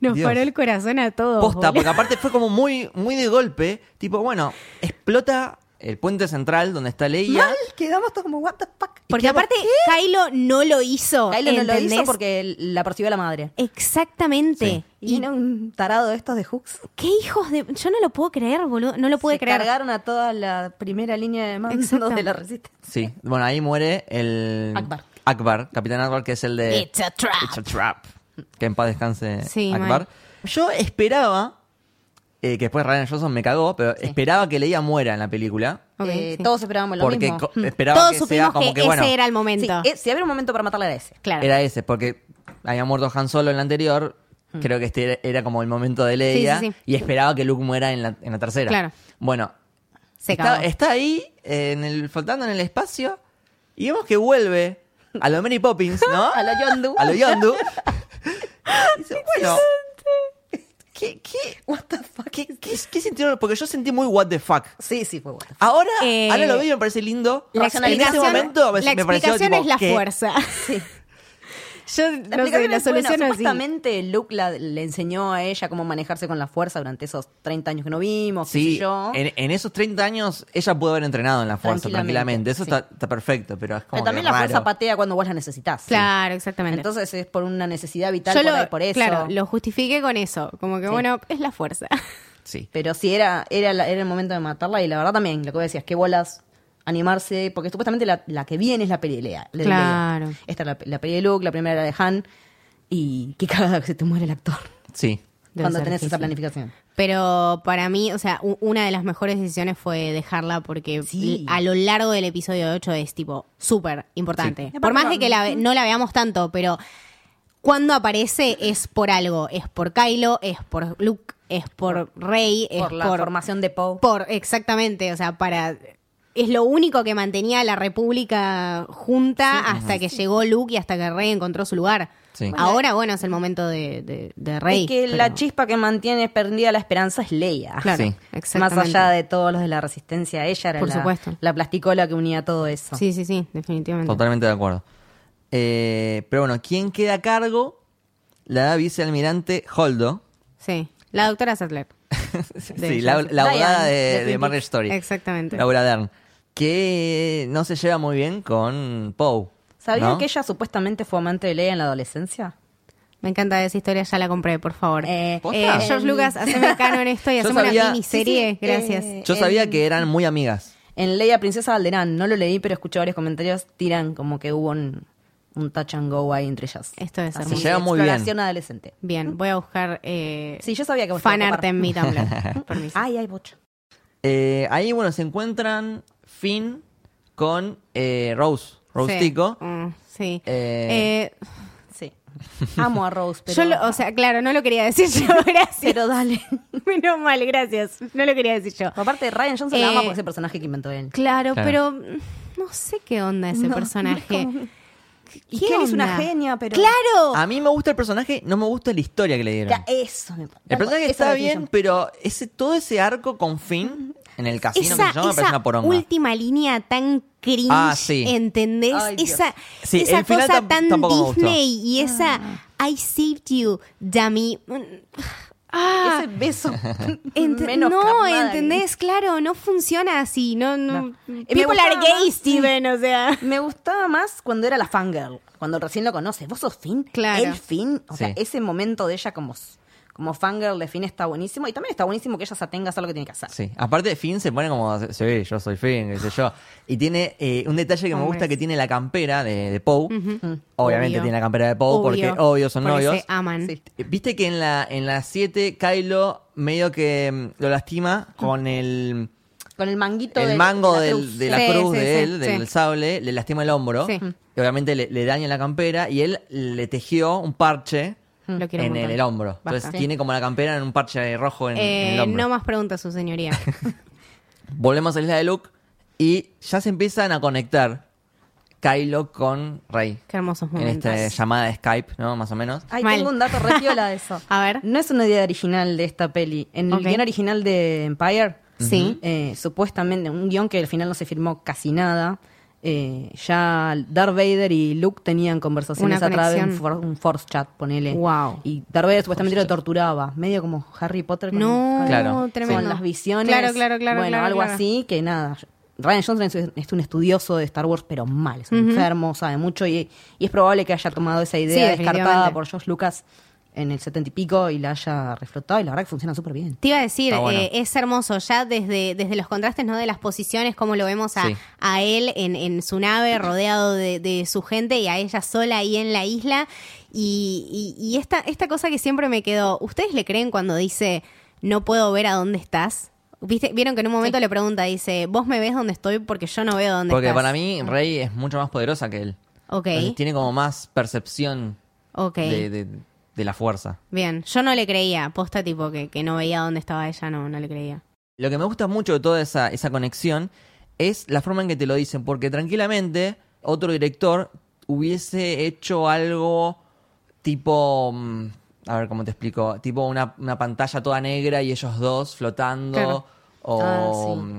[SPEAKER 2] nos
[SPEAKER 1] Dios.
[SPEAKER 2] paró el corazón a todos.
[SPEAKER 1] Posta,
[SPEAKER 2] boludo.
[SPEAKER 1] porque aparte fue como muy, muy de golpe. Tipo, bueno, explota el puente central donde está Leia.
[SPEAKER 3] Mal, quedamos todos como, what the fuck.
[SPEAKER 2] Porque aparte Kylo no lo hizo.
[SPEAKER 3] Kylo no lo hizo
[SPEAKER 2] ¿entendés?
[SPEAKER 3] porque la percibió la madre.
[SPEAKER 2] Exactamente.
[SPEAKER 3] Y vino un tarado de estos de Hooks.
[SPEAKER 2] ¿Qué hijos de...? Yo no lo puedo creer, boludo. No lo pude
[SPEAKER 3] Se
[SPEAKER 2] creer.
[SPEAKER 3] cargaron a toda la primera línea de mando
[SPEAKER 2] Exacto.
[SPEAKER 3] de la resistencia.
[SPEAKER 1] Sí, bueno, ahí muere el...
[SPEAKER 3] Akbar.
[SPEAKER 1] Akbar, Capitán Akbar, que es el de...
[SPEAKER 2] It's a trap.
[SPEAKER 1] It's a trap. Que en paz descanse
[SPEAKER 2] Sí,
[SPEAKER 1] Akbar.
[SPEAKER 2] mal.
[SPEAKER 1] Yo esperaba, eh, que después Ryan Johnson me cagó, pero esperaba que Leia muera en la película.
[SPEAKER 2] Ok,
[SPEAKER 3] Eh,
[SPEAKER 2] sí.
[SPEAKER 3] Todos esperábamos lo
[SPEAKER 1] porque
[SPEAKER 3] mismo.
[SPEAKER 1] co-
[SPEAKER 3] Mm.
[SPEAKER 1] esperaba
[SPEAKER 2] Todos
[SPEAKER 1] que sea
[SPEAKER 2] supimos
[SPEAKER 1] como
[SPEAKER 2] que,
[SPEAKER 1] que, bueno,
[SPEAKER 2] ese era el
[SPEAKER 3] Sí,
[SPEAKER 2] momento.
[SPEAKER 3] eh, si había un momento para matarla era ese.
[SPEAKER 2] claro.
[SPEAKER 1] era ese, porque había muerto Han Solo en la anterior. Creo que este era, era como el momento de Leia.
[SPEAKER 2] Mm. sí, sí.
[SPEAKER 1] Y esperaba que Luke muera en la, en la tercera.
[SPEAKER 2] Claro.
[SPEAKER 1] Bueno,
[SPEAKER 2] Se
[SPEAKER 1] está,
[SPEAKER 2] cagó.
[SPEAKER 1] está ahí, eh, en el, flotando en el espacio, y vemos que vuelve a lo Mary Poppins, ¿no?
[SPEAKER 3] A lo John Doe.
[SPEAKER 1] A lo Yondu. Y dice, bueno, ¿qué, qué,
[SPEAKER 3] What the fuck.
[SPEAKER 1] qué, qué, qué sintieron? Porque yo sentí muy what the fuck.
[SPEAKER 3] Sí, sí, fue bueno.
[SPEAKER 1] Ahora,
[SPEAKER 2] Eh,
[SPEAKER 1] ahora lo veo y me parece lindo.
[SPEAKER 2] La
[SPEAKER 1] en ese
[SPEAKER 2] explicación,
[SPEAKER 1] momento me,
[SPEAKER 2] la
[SPEAKER 1] me pareció
[SPEAKER 2] explicación
[SPEAKER 1] tipo,
[SPEAKER 2] es la
[SPEAKER 1] ¿qué?
[SPEAKER 2] fuerza. Yo no sé,
[SPEAKER 3] explicación
[SPEAKER 2] la
[SPEAKER 3] es buena.
[SPEAKER 2] solución así.
[SPEAKER 3] Supuestamente Luke la- le enseñó a ella cómo manejarse con la fuerza durante esos 30 años que no vimos, qué
[SPEAKER 1] Sí,
[SPEAKER 3] sé yo.
[SPEAKER 1] en, en esos 30 años ella pudo haber entrenado en la fuerza tranquilamente.
[SPEAKER 3] Tranquilamente,
[SPEAKER 1] Eso
[SPEAKER 3] sí.
[SPEAKER 1] está, está perfecto, pero es como
[SPEAKER 3] Pero también
[SPEAKER 1] que
[SPEAKER 3] la
[SPEAKER 1] raro.
[SPEAKER 3] fuerza patea cuando vos la necesitas.
[SPEAKER 2] Claro, exactamente.
[SPEAKER 3] Entonces es por una necesidad vital
[SPEAKER 2] Yo
[SPEAKER 3] por,
[SPEAKER 2] lo-
[SPEAKER 3] ahí, por eso.
[SPEAKER 2] Claro, lo justifiqué con eso. Como que, bueno, es la fuerza.
[SPEAKER 1] Sí.
[SPEAKER 3] Pero sí era, era, la- era el momento de matarla y la verdad también, lo que vos decías, qué bolas animarse, porque supuestamente la, la que viene es la pelea. de Leia.
[SPEAKER 2] Claro.
[SPEAKER 3] Esta es la, la peli de Luke, la primera era de Han y qué cagada que se te muere el actor
[SPEAKER 1] Sí.
[SPEAKER 2] Debe
[SPEAKER 3] cuando
[SPEAKER 2] ser
[SPEAKER 3] tenés esa
[SPEAKER 2] difícil.
[SPEAKER 3] planificación.
[SPEAKER 2] Pero para mí, o sea, u- una de las mejores decisiones fue dejarla porque
[SPEAKER 3] Sí.
[SPEAKER 2] l- a lo largo del episodio 8 es tipo súper importante.
[SPEAKER 3] Sí.
[SPEAKER 2] Por más de que la ve- no la veamos tanto, pero cuando aparece es por algo. Es por Kylo, es por Luke, es por Rey, es
[SPEAKER 3] por la formación de Poe.
[SPEAKER 2] Por, exactamente, o sea, para... Es lo único que mantenía a la República junta hasta que llegó Luke y hasta que Rey encontró su lugar.
[SPEAKER 1] Sí.
[SPEAKER 2] Ahora, bueno, es el momento de, de, de Rey.
[SPEAKER 3] Es que la
[SPEAKER 2] pero-
[SPEAKER 3] chispa que mantiene perdida la esperanza es Leia.
[SPEAKER 2] Claro,
[SPEAKER 1] Sí.
[SPEAKER 3] Más
[SPEAKER 2] exactamente.
[SPEAKER 3] allá de todos los de la resistencia, ella era
[SPEAKER 2] Por
[SPEAKER 3] la,
[SPEAKER 2] supuesto.
[SPEAKER 3] la plasticola que unía todo eso.
[SPEAKER 2] Sí, sí, sí,
[SPEAKER 3] Mm.
[SPEAKER 2] definitivamente.
[SPEAKER 1] Totalmente de acuerdo. Eh, pero bueno, ¿quién queda a cargo? La da vicealmirante Holdo.
[SPEAKER 2] Sí. La doctora Sattler.
[SPEAKER 1] sí, la, la
[SPEAKER 3] Diane,
[SPEAKER 1] abogada Eh, de,
[SPEAKER 3] de
[SPEAKER 1] de
[SPEAKER 3] Twin
[SPEAKER 1] Marriage Story.
[SPEAKER 2] Exactamente.
[SPEAKER 1] Laura Dern. Que no se lleva muy bien con Poe.
[SPEAKER 3] ¿Sabían
[SPEAKER 1] ¿no?
[SPEAKER 3] que ella supuestamente fue amante de Leia en la adolescencia?
[SPEAKER 2] Me encanta esa historia, ya la compré, por favor.
[SPEAKER 3] Eh,
[SPEAKER 1] ¿Posta?
[SPEAKER 2] Eh, George Lucas, haceme canon esto y
[SPEAKER 1] Yo
[SPEAKER 2] hacemos
[SPEAKER 1] sabía-
[SPEAKER 2] una miniserie.
[SPEAKER 3] Sí, sí,
[SPEAKER 2] Gracias.
[SPEAKER 3] eh,
[SPEAKER 1] Yo sabía
[SPEAKER 2] Em.
[SPEAKER 1] que eran muy amigas.
[SPEAKER 3] En Leia Princesa Alderán, no lo leí, pero escuché varios comentarios, tiran como que hubo un, un touch and go ahí entre ellas.
[SPEAKER 2] Esto debe ser
[SPEAKER 3] Así
[SPEAKER 2] muy
[SPEAKER 3] que
[SPEAKER 1] lleva muy bien.
[SPEAKER 3] Exploración adolescente.
[SPEAKER 2] Bien, voy a buscar eh,
[SPEAKER 3] Sí, yo sabía que vos te ibas a
[SPEAKER 2] fanart
[SPEAKER 3] ocupar.
[SPEAKER 2] en mi Tumblr. Permiso.
[SPEAKER 3] Ay, ay, bocha.
[SPEAKER 1] Eh, ahí, bueno, se encuentran Finn con eh, Rose, Rose
[SPEAKER 2] Sí.
[SPEAKER 1] Tico.
[SPEAKER 2] Mm, sí.
[SPEAKER 1] Eh,
[SPEAKER 2] Eh,
[SPEAKER 3] Sí. Amo a Rose, pero,
[SPEAKER 2] yo, lo- o sea, claro, no lo quería decir yo, gracias.
[SPEAKER 3] pero dale.
[SPEAKER 2] Menos mal, gracias. No lo quería decir yo.
[SPEAKER 3] Aparte, Ryan Johnson la
[SPEAKER 2] Eh,
[SPEAKER 3] ama por ese personaje que inventó él.
[SPEAKER 2] Claro,
[SPEAKER 1] Claro.
[SPEAKER 2] pero mm, no sé qué onda ese personaje.
[SPEAKER 3] Y
[SPEAKER 2] ¿Qué
[SPEAKER 3] Kelly es una
[SPEAKER 2] onda?
[SPEAKER 3] genia, pero...
[SPEAKER 2] ¡Claro!
[SPEAKER 1] A mí me gusta el personaje, no me gusta la historia que le dieron.
[SPEAKER 2] eh,
[SPEAKER 3] Ya, eso me
[SPEAKER 1] el personaje
[SPEAKER 3] esa
[SPEAKER 1] está
[SPEAKER 3] es la
[SPEAKER 1] bien,
[SPEAKER 3] definición.
[SPEAKER 1] pero ese todo ese arco con Finn en el casino que
[SPEAKER 2] esa
[SPEAKER 1] se llama me parece
[SPEAKER 2] esa
[SPEAKER 1] una poronga.
[SPEAKER 2] última línea tan cringe,
[SPEAKER 1] Ah, sí.
[SPEAKER 2] ¿entendés?
[SPEAKER 3] Ay, Dios.
[SPEAKER 2] esa
[SPEAKER 1] Sí,
[SPEAKER 2] esa
[SPEAKER 1] el final
[SPEAKER 2] cosa
[SPEAKER 1] tam-
[SPEAKER 2] tan Ah.
[SPEAKER 1] tampoco me gustó.
[SPEAKER 2] Disney y esa I saved you, dummy. Mm, Ah,
[SPEAKER 3] Ese beso
[SPEAKER 2] ent-
[SPEAKER 3] menos
[SPEAKER 2] no,
[SPEAKER 3] carnal.
[SPEAKER 2] ¿entendés? Claro, no funciona así. No, no.
[SPEAKER 3] No. Me
[SPEAKER 2] People are
[SPEAKER 3] gustaba
[SPEAKER 2] gay,
[SPEAKER 3] más-
[SPEAKER 2] Steven, o sea.
[SPEAKER 3] Me gustaba más cuando era la fangirl, cuando recién lo conoces. Vos sos Finn,
[SPEAKER 2] Claro.
[SPEAKER 3] el Finn. O sea,
[SPEAKER 1] Sí.
[SPEAKER 3] ese momento de ella como, como fangirl de Finn está buenísimo. Y también está buenísimo que ella se atenga a hacer lo que tiene que hacer.
[SPEAKER 1] Sí, aparte Finn se pone como, sí, yo soy Finn, qué sé yo. Y tiene eh, un detalle que me
[SPEAKER 2] Hombres.
[SPEAKER 1] gusta que tiene la campera de, de Poe. Obviamente
[SPEAKER 2] Obvio.
[SPEAKER 1] tiene la campera de Poe porque obvio son
[SPEAKER 2] porque
[SPEAKER 1] novios.
[SPEAKER 2] Se aman.
[SPEAKER 3] Sí.
[SPEAKER 1] Viste que en la en la 7 Kylo medio que mm, lo lastima con el,
[SPEAKER 3] Con el manguito
[SPEAKER 1] el
[SPEAKER 3] del-
[SPEAKER 1] mango
[SPEAKER 3] de la
[SPEAKER 1] del-
[SPEAKER 3] cruz.
[SPEAKER 1] de la
[SPEAKER 2] Sí,
[SPEAKER 1] cruz
[SPEAKER 2] sí,
[SPEAKER 1] de
[SPEAKER 2] sí,
[SPEAKER 1] él, del
[SPEAKER 2] sí.
[SPEAKER 1] sable, le lastima el hombro.
[SPEAKER 2] Sí.
[SPEAKER 1] Y obviamente le, le daña la campera y él le tejió un parche
[SPEAKER 2] Lo quiero un
[SPEAKER 1] en el,
[SPEAKER 2] montón.
[SPEAKER 1] el hombro.
[SPEAKER 2] Basta.
[SPEAKER 1] Entonces tiene como la campera en un parche rojo en, en
[SPEAKER 2] Eh,
[SPEAKER 1] el hombro.
[SPEAKER 2] no más preguntas, su señoría.
[SPEAKER 1] Volvemos a la isla de Luke y ya se empiezan a conectar Kylo con Rey.
[SPEAKER 2] Qué hermosos
[SPEAKER 1] En este
[SPEAKER 2] momentos.
[SPEAKER 1] esta llamada de Skype, ¿no? Más o menos.
[SPEAKER 3] Ay,
[SPEAKER 2] Mal.
[SPEAKER 3] tengo un dato re piola de eso.
[SPEAKER 2] A ver.
[SPEAKER 3] No es una idea original de esta peli. En el
[SPEAKER 2] Ok.
[SPEAKER 3] guión original de Empire,
[SPEAKER 2] Sí.
[SPEAKER 3] eh, supuestamente, un guión que al final no se firmó casi nada. eh, ya Darth Vader y Luke tenían conversaciones
[SPEAKER 2] Una
[SPEAKER 3] a través de un,
[SPEAKER 2] conexión.
[SPEAKER 3] for- un Force Chat, ponele.
[SPEAKER 2] Wow.
[SPEAKER 3] Y Darth Vader supuestamente lo torturaba, medio como Harry Potter con,
[SPEAKER 2] No,
[SPEAKER 3] con-
[SPEAKER 1] Claro.
[SPEAKER 2] tremendo.
[SPEAKER 3] con las visiones.
[SPEAKER 2] Claro, claro, claro.
[SPEAKER 3] Bueno,
[SPEAKER 2] claro,
[SPEAKER 3] algo
[SPEAKER 2] claro.
[SPEAKER 3] así que nada. Ryan Johnson es un- es un estudioso de Star Wars, pero mal, es un enfermo, sabe mucho y, y es probable que haya tomado esa
[SPEAKER 2] Sí,
[SPEAKER 3] idea
[SPEAKER 2] definitivamente.
[SPEAKER 3] descartada por George Lucas en el setenta y pico y la haya reflotado y la verdad que funciona súper bien.
[SPEAKER 2] Te iba a decir,
[SPEAKER 1] Está bueno.
[SPEAKER 2] eh, es hermoso ya desde, desde los contrastes, ¿no? De las posiciones, cómo lo vemos a,
[SPEAKER 1] Sí.
[SPEAKER 2] a él en, en su nave, rodeado de, de su gente y a ella sola ahí en la isla. Y, y- y esta, esta cosa que siempre me quedó, ¿ustedes le creen cuando dice, no puedo ver a dónde estás? ¿Viste? Vieron que en un momento le pregunta, dice, ¿vos me ves dónde estoy? Porque yo no veo dónde
[SPEAKER 1] Porque
[SPEAKER 2] estás.
[SPEAKER 1] para mí Rey es mucho más poderosa que él.
[SPEAKER 2] Ok,
[SPEAKER 1] Entonces, tiene como más percepción
[SPEAKER 2] ok.
[SPEAKER 1] de, de- de la fuerza.
[SPEAKER 2] Bien, yo no le creía, posta tipo que, que no veía dónde estaba ella, no, no le creía.
[SPEAKER 1] Lo que me gusta mucho de toda esa, esa conexión es la forma en que te lo dicen, porque tranquilamente otro director hubiese hecho algo tipo, mm, a ver cómo te explico, tipo una, una pantalla toda negra y ellos dos flotando.
[SPEAKER 2] Claro.
[SPEAKER 1] O, mm,
[SPEAKER 3] Ah,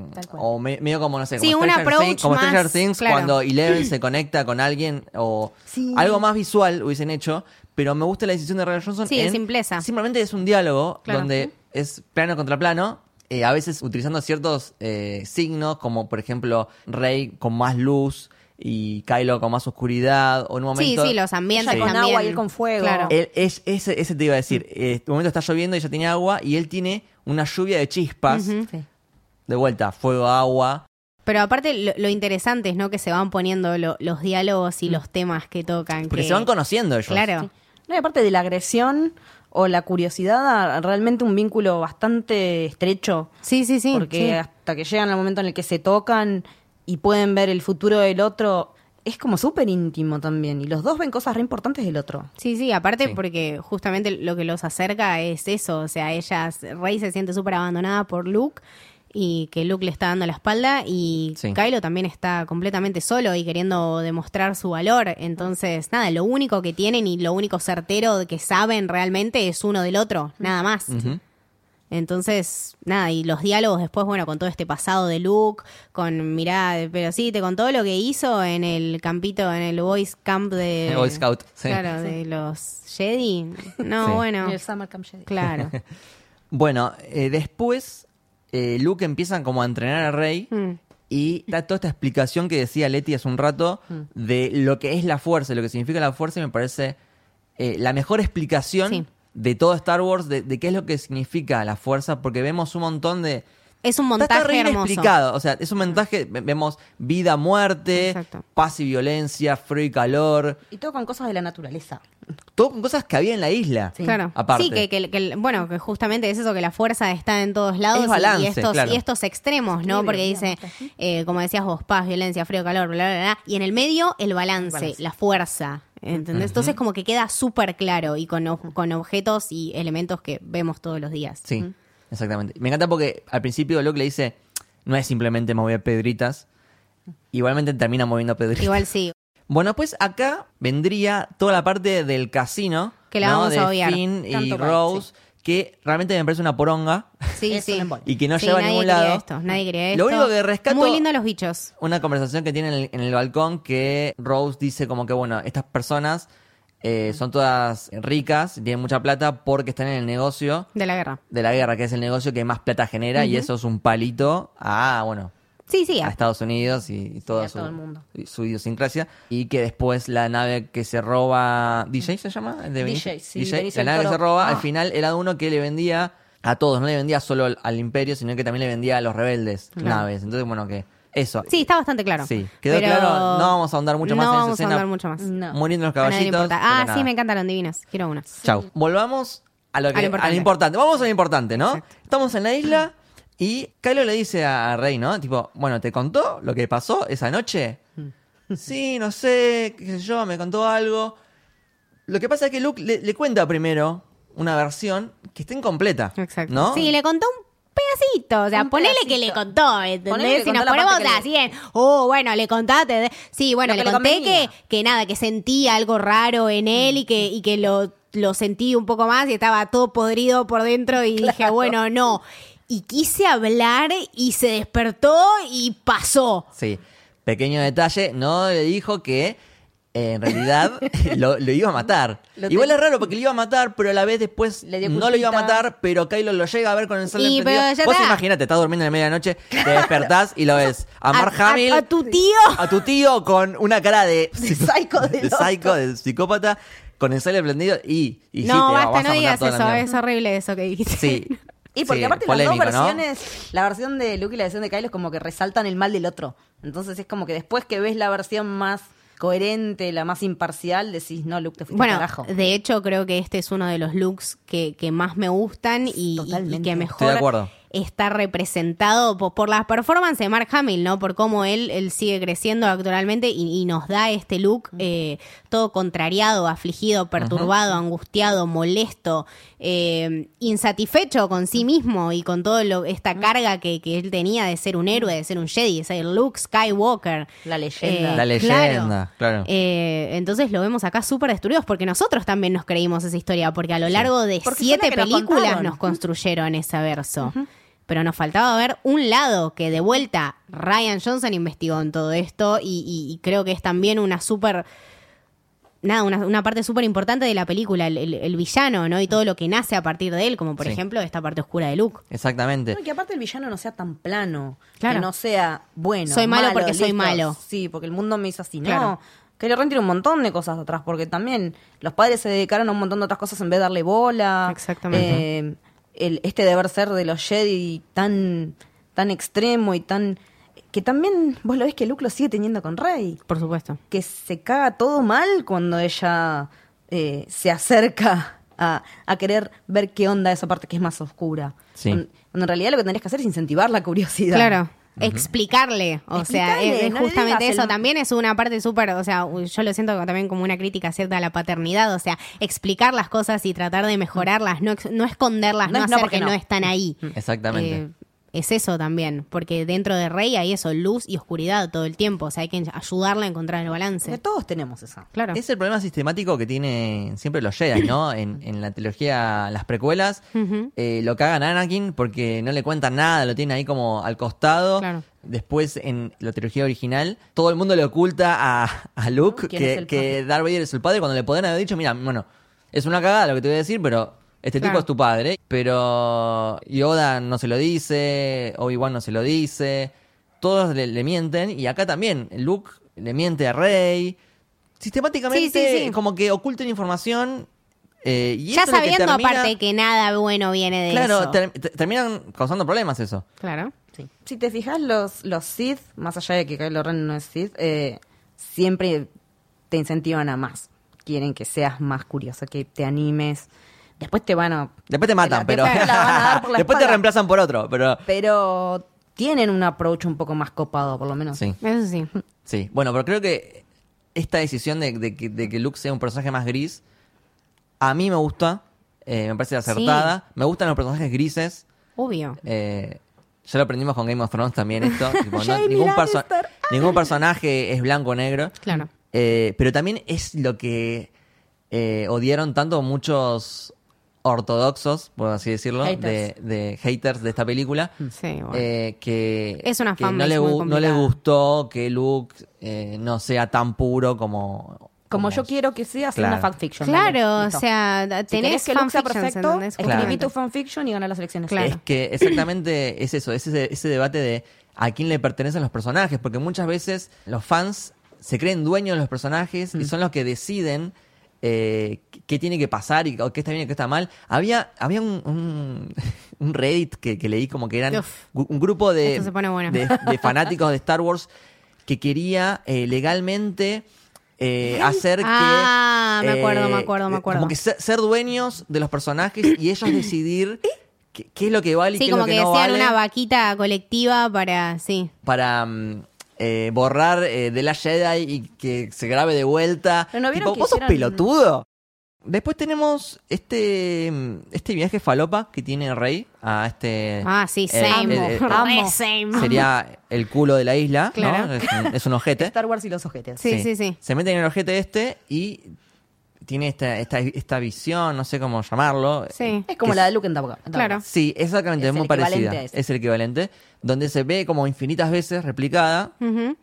[SPEAKER 3] sí, tal cual.
[SPEAKER 1] o me- medio como, no sé,
[SPEAKER 2] Sí,
[SPEAKER 1] como,
[SPEAKER 2] un
[SPEAKER 1] Stranger,
[SPEAKER 2] approach
[SPEAKER 1] Things, como Stranger
[SPEAKER 2] más,
[SPEAKER 1] Things,
[SPEAKER 2] claro.
[SPEAKER 1] cuando Eleven se conecta con alguien o
[SPEAKER 3] Sí.
[SPEAKER 1] algo más visual hubiesen hecho, pero me gusta la decisión de Ryan Johnson.
[SPEAKER 2] Sí, de simpleza.
[SPEAKER 1] Simplemente es un diálogo
[SPEAKER 2] Claro.
[SPEAKER 1] donde es plano contra plano, eh, a veces utilizando ciertos eh, signos, como por ejemplo Rey con más luz y Kylo con más oscuridad, o en un momento...
[SPEAKER 2] Sí, sí, los ambientes
[SPEAKER 1] Sí.
[SPEAKER 3] Ella con
[SPEAKER 2] también.
[SPEAKER 3] agua y él con fuego.
[SPEAKER 2] Claro.
[SPEAKER 1] Él- es- ese, ese te iba a decir, eh, en un momento está lloviendo y ella tiene agua y él tiene una lluvia de chispas, de vuelta, fuego, agua.
[SPEAKER 2] Pero aparte lo, lo interesante es no que se van poniendo lo- los diálogos y los temas que tocan.
[SPEAKER 1] Mm. Porque
[SPEAKER 2] que-
[SPEAKER 1] se van conociendo ellos.
[SPEAKER 2] Claro.
[SPEAKER 3] No, y aparte de la agresión o la curiosidad, a- realmente un vínculo bastante estrecho.
[SPEAKER 2] Sí, sí, sí.
[SPEAKER 3] porque
[SPEAKER 2] sí.
[SPEAKER 3] hasta que llegan al momento en el que se tocan y pueden ver el futuro del otro, es como súper íntimo también. Y los dos ven cosas re importantes del otro.
[SPEAKER 2] Sí, sí, aparte
[SPEAKER 1] Sí.
[SPEAKER 2] porque justamente lo que los acerca es eso, o sea, ella, Rey se siente súper abandonada por Luke y que Luke le está dando la espalda y
[SPEAKER 1] Sí.
[SPEAKER 2] Kylo también está completamente solo y queriendo demostrar su valor, entonces nada, lo único que tienen y lo único certero de que saben realmente es uno del otro, nada más. Entonces, nada, y los diálogos después, bueno, con todo este pasado de Luke, con, mirá, pero sí, te con todo lo que hizo en el campito, en el Boys Camp de...
[SPEAKER 1] El Boy Scout, sí.
[SPEAKER 2] Claro, de los Jedi. No,
[SPEAKER 1] Sí.
[SPEAKER 2] bueno,
[SPEAKER 3] Summer Camp Jedi.
[SPEAKER 2] claro.
[SPEAKER 1] Bueno, eh, después eh, Luke empieza como a entrenar a Rey
[SPEAKER 2] Mm.
[SPEAKER 1] y da toda esta explicación que decía Leti hace un rato
[SPEAKER 2] Mm.
[SPEAKER 1] de lo que es la fuerza, lo que significa la fuerza y me parece eh, la mejor explicación
[SPEAKER 2] Sí.
[SPEAKER 1] de todo Star Wars, de, de qué es lo que significa la fuerza, porque vemos un montón de...
[SPEAKER 2] Es un
[SPEAKER 1] Está- está
[SPEAKER 2] montaje
[SPEAKER 1] re bien
[SPEAKER 2] hermoso.
[SPEAKER 1] explicado, o sea, es un montaje, ve- vemos vida, muerte,
[SPEAKER 2] Exacto.
[SPEAKER 1] paz y violencia, frío y calor,
[SPEAKER 3] Y todo con cosas de la naturaleza.
[SPEAKER 1] todo con cosas que había en la isla.
[SPEAKER 3] Sí.
[SPEAKER 2] Claro.
[SPEAKER 1] Aparte.
[SPEAKER 2] Sí, que, que- que- bueno, que justamente es eso, que la fuerza está en todos lados
[SPEAKER 1] Es
[SPEAKER 2] y- y,
[SPEAKER 1] balance,
[SPEAKER 2] estos,
[SPEAKER 1] claro.
[SPEAKER 2] y estos extremos, ¿no?
[SPEAKER 3] Sí,
[SPEAKER 2] Porque
[SPEAKER 3] bien,
[SPEAKER 2] dice, eh, como decías vos, paz, violencia, frío, calor, bla, bla, bla. Y en el medio, el balance,
[SPEAKER 3] Balance.
[SPEAKER 2] la fuerza. ¿Entendés? Entonces como que queda súper claro y con, ob- con objetos y elementos que vemos todos los días.
[SPEAKER 1] Sí, exactamente. Me encanta porque al principio Luke le dice, no es simplemente mover pedritas. Igualmente termina moviendo pedritas.
[SPEAKER 2] Igual sí.
[SPEAKER 1] Bueno, pues acá vendría toda la parte del casino.
[SPEAKER 2] Que la
[SPEAKER 1] ¿no?
[SPEAKER 2] vamos
[SPEAKER 1] de
[SPEAKER 2] a obviar.
[SPEAKER 1] Finn y
[SPEAKER 3] Tanto mal,
[SPEAKER 1] Rose, que realmente me parece una poronga.
[SPEAKER 2] Sí,
[SPEAKER 3] Es
[SPEAKER 2] sí.
[SPEAKER 3] un embole.
[SPEAKER 1] Y que no
[SPEAKER 2] Sí,
[SPEAKER 1] lleva a
[SPEAKER 2] nadie
[SPEAKER 1] ningún
[SPEAKER 2] quería
[SPEAKER 1] lado.
[SPEAKER 2] Esto, nadie quería esto.
[SPEAKER 1] Lo único que rescato-
[SPEAKER 2] Muy lindo los bichos.
[SPEAKER 1] Una conversación que tiene en el, en el balcón que Rose dice como que, bueno, estas personas eh, son todas ricas, tienen mucha plata porque están en el negocio
[SPEAKER 2] de la guerra.
[SPEAKER 1] de la guerra, que es el negocio que más plata genera y eso es un palito a, bueno,
[SPEAKER 2] Sí, sí.
[SPEAKER 1] a
[SPEAKER 2] a-
[SPEAKER 1] Estados Unidos y, y toda
[SPEAKER 3] a
[SPEAKER 1] su,
[SPEAKER 3] todo el mundo.
[SPEAKER 1] su idiosincrasia. Y que después la nave que se roba. ¿DJ se llama? El de
[SPEAKER 3] DJ,
[SPEAKER 1] Benicio-
[SPEAKER 3] Mm. sí, Benicio
[SPEAKER 1] La nave
[SPEAKER 3] del
[SPEAKER 1] que se
[SPEAKER 3] Toro.
[SPEAKER 1] roba,
[SPEAKER 3] Ah.
[SPEAKER 1] al final era uno que le vendía a todos, no le vendía solo al, al imperio, sino que también le vendía a los rebeldes naves. Entonces, bueno, que eso.
[SPEAKER 2] Sí, está bastante claro.
[SPEAKER 1] Sí, quedó
[SPEAKER 2] Pero
[SPEAKER 1] claro. No vamos a ahondar mucho más
[SPEAKER 2] no
[SPEAKER 1] en esa
[SPEAKER 2] vamos
[SPEAKER 1] escena.
[SPEAKER 2] a ahondar mucho más.
[SPEAKER 3] No.
[SPEAKER 1] Muriendo los
[SPEAKER 2] A nadie le
[SPEAKER 1] caballitos.
[SPEAKER 2] importa.
[SPEAKER 1] pero
[SPEAKER 2] Ah,
[SPEAKER 1] nada.
[SPEAKER 2] sí, me encantaron divinas. Quiero una.
[SPEAKER 1] Chau. Volvamos a lo, que, a, lo importante.
[SPEAKER 2] importante.
[SPEAKER 1] Vamos a lo importante, ¿no?
[SPEAKER 2] Exacto.
[SPEAKER 1] Estamos en la isla y Kylo le dice a Rey, ¿no? Tipo, bueno, ¿te contó lo que pasó esa noche?
[SPEAKER 2] Mm.
[SPEAKER 1] sí, no sé, qué sé yo, me contó algo. Lo que pasa es que Luke le, le cuenta primero una versión que está incompleta.
[SPEAKER 2] Exacto.
[SPEAKER 1] ¿No?
[SPEAKER 2] Sí, le contó un pedacito. O sea,
[SPEAKER 3] Un
[SPEAKER 2] ponele que
[SPEAKER 3] pedacito.
[SPEAKER 2] le contó,
[SPEAKER 3] Ponele que
[SPEAKER 2] ¿entendés? Si
[SPEAKER 3] contó
[SPEAKER 2] nos
[SPEAKER 3] la parte
[SPEAKER 2] ponemos
[SPEAKER 3] que
[SPEAKER 2] así
[SPEAKER 3] le-
[SPEAKER 2] en, oh, bueno, le contaste. de-". Sí, bueno,
[SPEAKER 3] Lo
[SPEAKER 2] le
[SPEAKER 3] que le
[SPEAKER 2] conté que,
[SPEAKER 3] convenía.
[SPEAKER 2] que nada, que sentía algo raro en él
[SPEAKER 1] Mm.
[SPEAKER 2] y que, y que lo, lo sentí un poco más y estaba todo podrido por dentro y dije, bueno, no. Y quise hablar y se despertó y pasó.
[SPEAKER 1] Sí. Pequeño detalle, no le dijo que eh, en realidad lo, lo iba a matar.
[SPEAKER 3] Lo ten-
[SPEAKER 1] Igual es raro porque lo iba a matar, pero a la vez después
[SPEAKER 3] Le dio
[SPEAKER 1] no lo iba a
[SPEAKER 3] culpita.
[SPEAKER 1] matar, pero Kylo lo llega a ver con el sol
[SPEAKER 2] Y,
[SPEAKER 1] encendido.
[SPEAKER 2] pero ya
[SPEAKER 1] Vos
[SPEAKER 2] está.
[SPEAKER 1] imagínate, estás durmiendo en la medianoche, te despertás y lo ves. A Mark
[SPEAKER 2] a-
[SPEAKER 1] Hamill,
[SPEAKER 2] a, tu tío.
[SPEAKER 1] a tu tío con una cara de,
[SPEAKER 3] De psycho del
[SPEAKER 1] de
[SPEAKER 3] otro.
[SPEAKER 1] psycho, de psicópata, con el sol prendido y, y sí, te va-
[SPEAKER 2] no,
[SPEAKER 1] vas
[SPEAKER 2] basta,
[SPEAKER 1] a
[SPEAKER 2] no
[SPEAKER 1] mandar
[SPEAKER 2] digas
[SPEAKER 1] toda la
[SPEAKER 2] eso.
[SPEAKER 1] mierda.
[SPEAKER 2] Es horrible eso que dijiste.
[SPEAKER 1] Sí.
[SPEAKER 3] Y porque
[SPEAKER 1] Sí,
[SPEAKER 3] aparte
[SPEAKER 1] polémico,
[SPEAKER 3] las
[SPEAKER 1] ¿no?
[SPEAKER 3] dos versiones, la versión de Luke y la versión de Kylo es como que resaltan el mal del otro. Entonces es como que después que ves la versión más coherente, la más imparcial, decís, no, Luke, te fuiste
[SPEAKER 2] Bueno,
[SPEAKER 3] al carajo.
[SPEAKER 2] de hecho creo que este es uno de los looks que, que más me gustan y- y, y
[SPEAKER 3] Totalmente.
[SPEAKER 2] que
[SPEAKER 1] Estoy de
[SPEAKER 2] mejor
[SPEAKER 1] acuerdo.
[SPEAKER 2] está representado por, por las performances de Mark Hamill, ¿no? Por cómo él, él sigue creciendo actualmente y, y nos da este look eh, todo contrariado, afligido, perturbado, angustiado, molesto, eh, insatisfecho con sí mismo y con toda esta carga que, que él tenía de ser un héroe, de ser un Jedi, de ser Luke Skywalker.
[SPEAKER 3] La leyenda.
[SPEAKER 1] La leyenda, claro.
[SPEAKER 2] Eh, entonces lo vemos acá súper destruidos porque nosotros también nos creímos esa historia, porque a lo largo de
[SPEAKER 3] Porque fue
[SPEAKER 2] siete
[SPEAKER 3] la que nos
[SPEAKER 2] películas nos,
[SPEAKER 3] contaron.
[SPEAKER 2] construyeron ese verso. Pero nos faltaba ver un lado que de vuelta Ryan Johnson investigó en todo esto y, y- y creo que es también una súper... Nada, una, una parte súper importante de la película, el, el- el villano, ¿no? Y todo lo que nace a partir de él, como por
[SPEAKER 1] Sí.
[SPEAKER 2] ejemplo esta parte oscura de Luke.
[SPEAKER 1] Exactamente.
[SPEAKER 3] No, y que aparte el villano no sea tan plano.
[SPEAKER 2] Claro.
[SPEAKER 3] Que no sea bueno.
[SPEAKER 2] Soy malo porque soy malo.
[SPEAKER 3] Sí, porque el mundo me hizo así.
[SPEAKER 2] Claro.
[SPEAKER 3] No. Kylo Ren tiene un montón de cosas atrás, porque también los padres se dedicaron a un montón de otras cosas en vez de darle bola.
[SPEAKER 2] Exactamente.
[SPEAKER 3] Eh, el, este deber ser de los Jedi tan, tan extremo y tan. Que también vos lo ves que Luke lo sigue teniendo con Rey.
[SPEAKER 2] Por supuesto.
[SPEAKER 3] Que se caga todo mal cuando ella eh, se acerca a, a querer ver qué onda esa parte que es más oscura.
[SPEAKER 1] Sí.
[SPEAKER 3] Cuando- cuando en realidad lo que tendrías que hacer es incentivar la curiosidad.
[SPEAKER 2] Claro. Explicarle, o sea,
[SPEAKER 3] Explicarle,
[SPEAKER 2] es- es
[SPEAKER 3] no le
[SPEAKER 2] justamente
[SPEAKER 3] digas
[SPEAKER 2] eso
[SPEAKER 3] el-
[SPEAKER 2] también es una parte súper, o sea, u- yo lo siento como- también como una crítica cierta a la paternidad, o sea, explicar las cosas y tratar de mejorarlas, no, ex- no esconderlas,
[SPEAKER 3] No
[SPEAKER 2] no,
[SPEAKER 3] es no
[SPEAKER 2] hacer
[SPEAKER 3] porque
[SPEAKER 2] que no.
[SPEAKER 3] no.
[SPEAKER 2] están ahí.
[SPEAKER 1] Mm. Exactamente.
[SPEAKER 2] Eh, es eso también, porque dentro de Rey hay eso, luz y oscuridad todo el tiempo, o sea, hay que ayudarla a encontrar el
[SPEAKER 3] Porque
[SPEAKER 2] balance.
[SPEAKER 3] todos tenemos esa.
[SPEAKER 2] Claro.
[SPEAKER 1] Es el problema sistemático que tienen siempre los Jedi, ¿no? En, en la trilogía, las precuelas, eh, lo cagan a Anakin porque no le cuentan nada, lo tienen ahí como al costado.
[SPEAKER 2] Claro.
[SPEAKER 1] Después, en la trilogía original, todo el mundo le oculta a, a Luke
[SPEAKER 3] ¿Quién es
[SPEAKER 1] que,
[SPEAKER 3] el
[SPEAKER 1] que Darth Vader es su padre cuando le podrían haber dicho, mira, bueno, es una cagada lo que te voy a decir, pero este
[SPEAKER 2] Claro.
[SPEAKER 1] tipo es tu padre. Pero Yoda no se lo dice, Obi-Wan no se lo dice, todos le, le mienten y acá también, Luke le miente a Rey sistemáticamente
[SPEAKER 2] Sí, sí, sí.
[SPEAKER 1] como que oculten información eh, y eso
[SPEAKER 2] Ya
[SPEAKER 1] es lo que
[SPEAKER 2] sabiendo
[SPEAKER 1] termina-
[SPEAKER 2] aparte que nada bueno viene de
[SPEAKER 1] claro
[SPEAKER 2] eso.
[SPEAKER 1] ter- ter- terminan causando problemas eso
[SPEAKER 2] Claro.
[SPEAKER 3] Si te fijas, los, los Sith, más allá de que Kylo Ren no es Sith, eh, siempre te incentivan a más. Quieren que seas más curioso, que te animes. Después te van a...
[SPEAKER 1] después te matan
[SPEAKER 3] la-
[SPEAKER 1] pero
[SPEAKER 3] después te la van a dar por la
[SPEAKER 1] después te
[SPEAKER 3] espalda.
[SPEAKER 1] reemplazan por otro pero
[SPEAKER 3] Pero tienen un approach un poco más copado, por lo menos.
[SPEAKER 1] sí
[SPEAKER 2] Eso sí.
[SPEAKER 1] sí bueno pero creo que esta decisión de, de que, de que Luke sea un personaje más gris a mí me gusta eh, me parece acertada me gustan los personajes grises
[SPEAKER 2] Obvio.
[SPEAKER 1] Eh, ya lo aprendimos con Game of Thrones también esto. Tipo, no-
[SPEAKER 3] Jamie
[SPEAKER 1] ningún, perso-
[SPEAKER 3] Lannister.
[SPEAKER 1] ningún personaje es blanco o negro.
[SPEAKER 2] Claro.
[SPEAKER 1] Eh, pero también es lo que eh, odiaron tanto muchos ortodoxos, por así decirlo, De,
[SPEAKER 3] Haters.
[SPEAKER 1] de haters de esta película.
[SPEAKER 2] Sí, bueno.
[SPEAKER 1] eh, que
[SPEAKER 2] Es una
[SPEAKER 1] que
[SPEAKER 2] fanbase
[SPEAKER 1] no, le
[SPEAKER 2] muy
[SPEAKER 1] gu- no le
[SPEAKER 2] complicada.
[SPEAKER 1] gustó que Luke eh, no sea tan puro como,
[SPEAKER 3] como yo quiero que sea, hacer
[SPEAKER 1] Claro.
[SPEAKER 3] una fanfiction.
[SPEAKER 2] Claro,
[SPEAKER 3] dale,
[SPEAKER 2] o
[SPEAKER 3] listo.
[SPEAKER 2] sea, da-
[SPEAKER 3] Si
[SPEAKER 2] tenés
[SPEAKER 3] querés que Luke sea
[SPEAKER 2] fanfictions,
[SPEAKER 3] perfecto,
[SPEAKER 2] ¿entendés?
[SPEAKER 3] escribí
[SPEAKER 1] Justamente.
[SPEAKER 3] tu fanfiction y gana las elecciones.
[SPEAKER 2] Claro.
[SPEAKER 1] Es que exactamente es eso, es ese, ese debate de a quién le pertenecen los personajes, porque muchas veces los fans se creen dueños de los personajes
[SPEAKER 2] Mm.
[SPEAKER 1] y son los que deciden eh, qué- qué tiene que pasar y o qué está bien y qué está mal. Había, había un, un, un Reddit que, que leí como que eran
[SPEAKER 2] Uf.
[SPEAKER 1] gu- un grupo de,
[SPEAKER 2] Esto se pone bueno.
[SPEAKER 1] de, de fanáticos de Star Wars que quería eh, legalmente... eh, hacer
[SPEAKER 2] Ah,
[SPEAKER 1] que
[SPEAKER 2] me acuerdo, me acuerdo, me acuerdo.
[SPEAKER 1] como que ser, ser dueños de los personajes y ellos decidir qué, qué es lo que vale y
[SPEAKER 2] Sí,
[SPEAKER 1] qué es
[SPEAKER 2] como
[SPEAKER 1] lo
[SPEAKER 2] que
[SPEAKER 1] que, no
[SPEAKER 2] decían
[SPEAKER 1] vale
[SPEAKER 2] una vaquita colectiva para. Sí.
[SPEAKER 1] para mm, eh, borrar eh, de la Jedi y que se grabe de vuelta.
[SPEAKER 3] Pero no vieron
[SPEAKER 1] Tipo,
[SPEAKER 3] que
[SPEAKER 1] ¿Vos sos
[SPEAKER 3] hicieron-
[SPEAKER 1] pelotudo? Después tenemos este mm, este viaje falopa que tiene Rey a este... eh,
[SPEAKER 2] Ah, sí,
[SPEAKER 1] el-
[SPEAKER 2] same.
[SPEAKER 1] el- el-
[SPEAKER 2] Re
[SPEAKER 3] amo.
[SPEAKER 2] same.
[SPEAKER 1] sería el culo de la isla, ¿no?
[SPEAKER 2] Claro.
[SPEAKER 1] Es, un- es un ojete.
[SPEAKER 3] Star Wars y los ojetes.
[SPEAKER 2] Sí, sí, sí.
[SPEAKER 1] Se mete en el ojete este y tiene esta, esta, esta visión, no sé cómo llamarlo.
[SPEAKER 2] Sí.
[SPEAKER 3] Es como
[SPEAKER 1] que
[SPEAKER 3] la de Luke en Tabaka.
[SPEAKER 2] Claro.
[SPEAKER 1] Sí, exactamente,
[SPEAKER 3] Es
[SPEAKER 1] es muy
[SPEAKER 3] el equivalente
[SPEAKER 1] parecida.
[SPEAKER 3] a ese.
[SPEAKER 1] Es el equivalente. Donde se ve como infinitas veces replicada.
[SPEAKER 2] Ujú.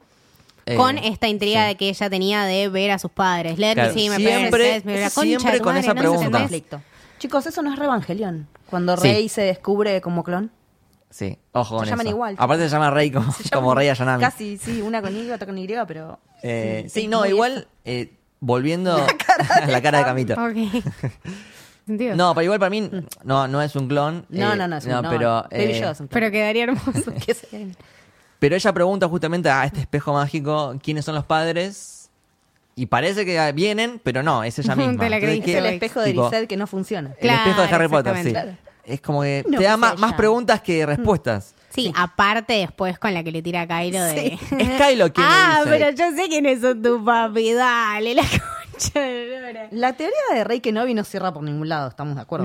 [SPEAKER 1] eh,
[SPEAKER 2] con esta intriga
[SPEAKER 1] sí.
[SPEAKER 2] de que ella tenía de ver a sus padres. Let
[SPEAKER 1] Claro,
[SPEAKER 2] me see my
[SPEAKER 1] siempre-
[SPEAKER 2] parents, me la concha de tu
[SPEAKER 1] siempre con
[SPEAKER 2] madre,
[SPEAKER 1] esa
[SPEAKER 2] no
[SPEAKER 1] pregunta.
[SPEAKER 2] entendés.
[SPEAKER 3] Conflicto. Chicos, eso no es Revangelión. Cuando
[SPEAKER 1] Sí.
[SPEAKER 3] Rey se descubre como clon.
[SPEAKER 1] Sí, ojo
[SPEAKER 3] Se
[SPEAKER 1] con
[SPEAKER 3] llaman
[SPEAKER 1] eso.
[SPEAKER 3] igual.
[SPEAKER 1] Aparte se llama Rey como,
[SPEAKER 3] Se
[SPEAKER 1] como
[SPEAKER 3] llaman
[SPEAKER 1] Rey Ayanami.
[SPEAKER 3] Casi, sí, una con Y, otra con Y, pero...
[SPEAKER 1] Eh, sí,
[SPEAKER 3] es
[SPEAKER 1] no,
[SPEAKER 3] muy
[SPEAKER 1] igual, eh, volviendo a la cara de Camito.
[SPEAKER 2] Ok. Sentido.
[SPEAKER 1] No, pero igual para mí no, no es un clon.
[SPEAKER 3] No,
[SPEAKER 1] eh,
[SPEAKER 3] no, no, es un- no,
[SPEAKER 1] pero,
[SPEAKER 3] Baby
[SPEAKER 1] eh,
[SPEAKER 3] Yoda es un clon.
[SPEAKER 2] Pero quedaría hermoso.
[SPEAKER 3] Que se-
[SPEAKER 1] Pero ella pregunta justamente a este espejo mágico quiénes son los padres. Y parece que vienen, pero no, es ella
[SPEAKER 2] Te
[SPEAKER 1] misma.
[SPEAKER 2] la
[SPEAKER 1] Entonces,
[SPEAKER 2] creí.
[SPEAKER 1] ¿qué-
[SPEAKER 3] es el espejo de
[SPEAKER 1] tipo,
[SPEAKER 3] Lisette que no funciona.
[SPEAKER 1] El espejo de
[SPEAKER 2] Claro,
[SPEAKER 1] Harry Potter, sí.
[SPEAKER 2] exactamente.
[SPEAKER 1] Es como que
[SPEAKER 3] No,
[SPEAKER 1] te da
[SPEAKER 3] pues
[SPEAKER 1] más,
[SPEAKER 3] ella.
[SPEAKER 1] más preguntas que respuestas.
[SPEAKER 2] Sí, aparte después con la que le tira a Kylo de...
[SPEAKER 1] Es Kylo quien le
[SPEAKER 2] Ah,
[SPEAKER 1] dice.
[SPEAKER 2] pero yo sé quiénes son tu papi, dale, la concha de Lora.
[SPEAKER 3] La teoría de Rey Kenobi no cierra por ningún lado, estamos de acuerdo.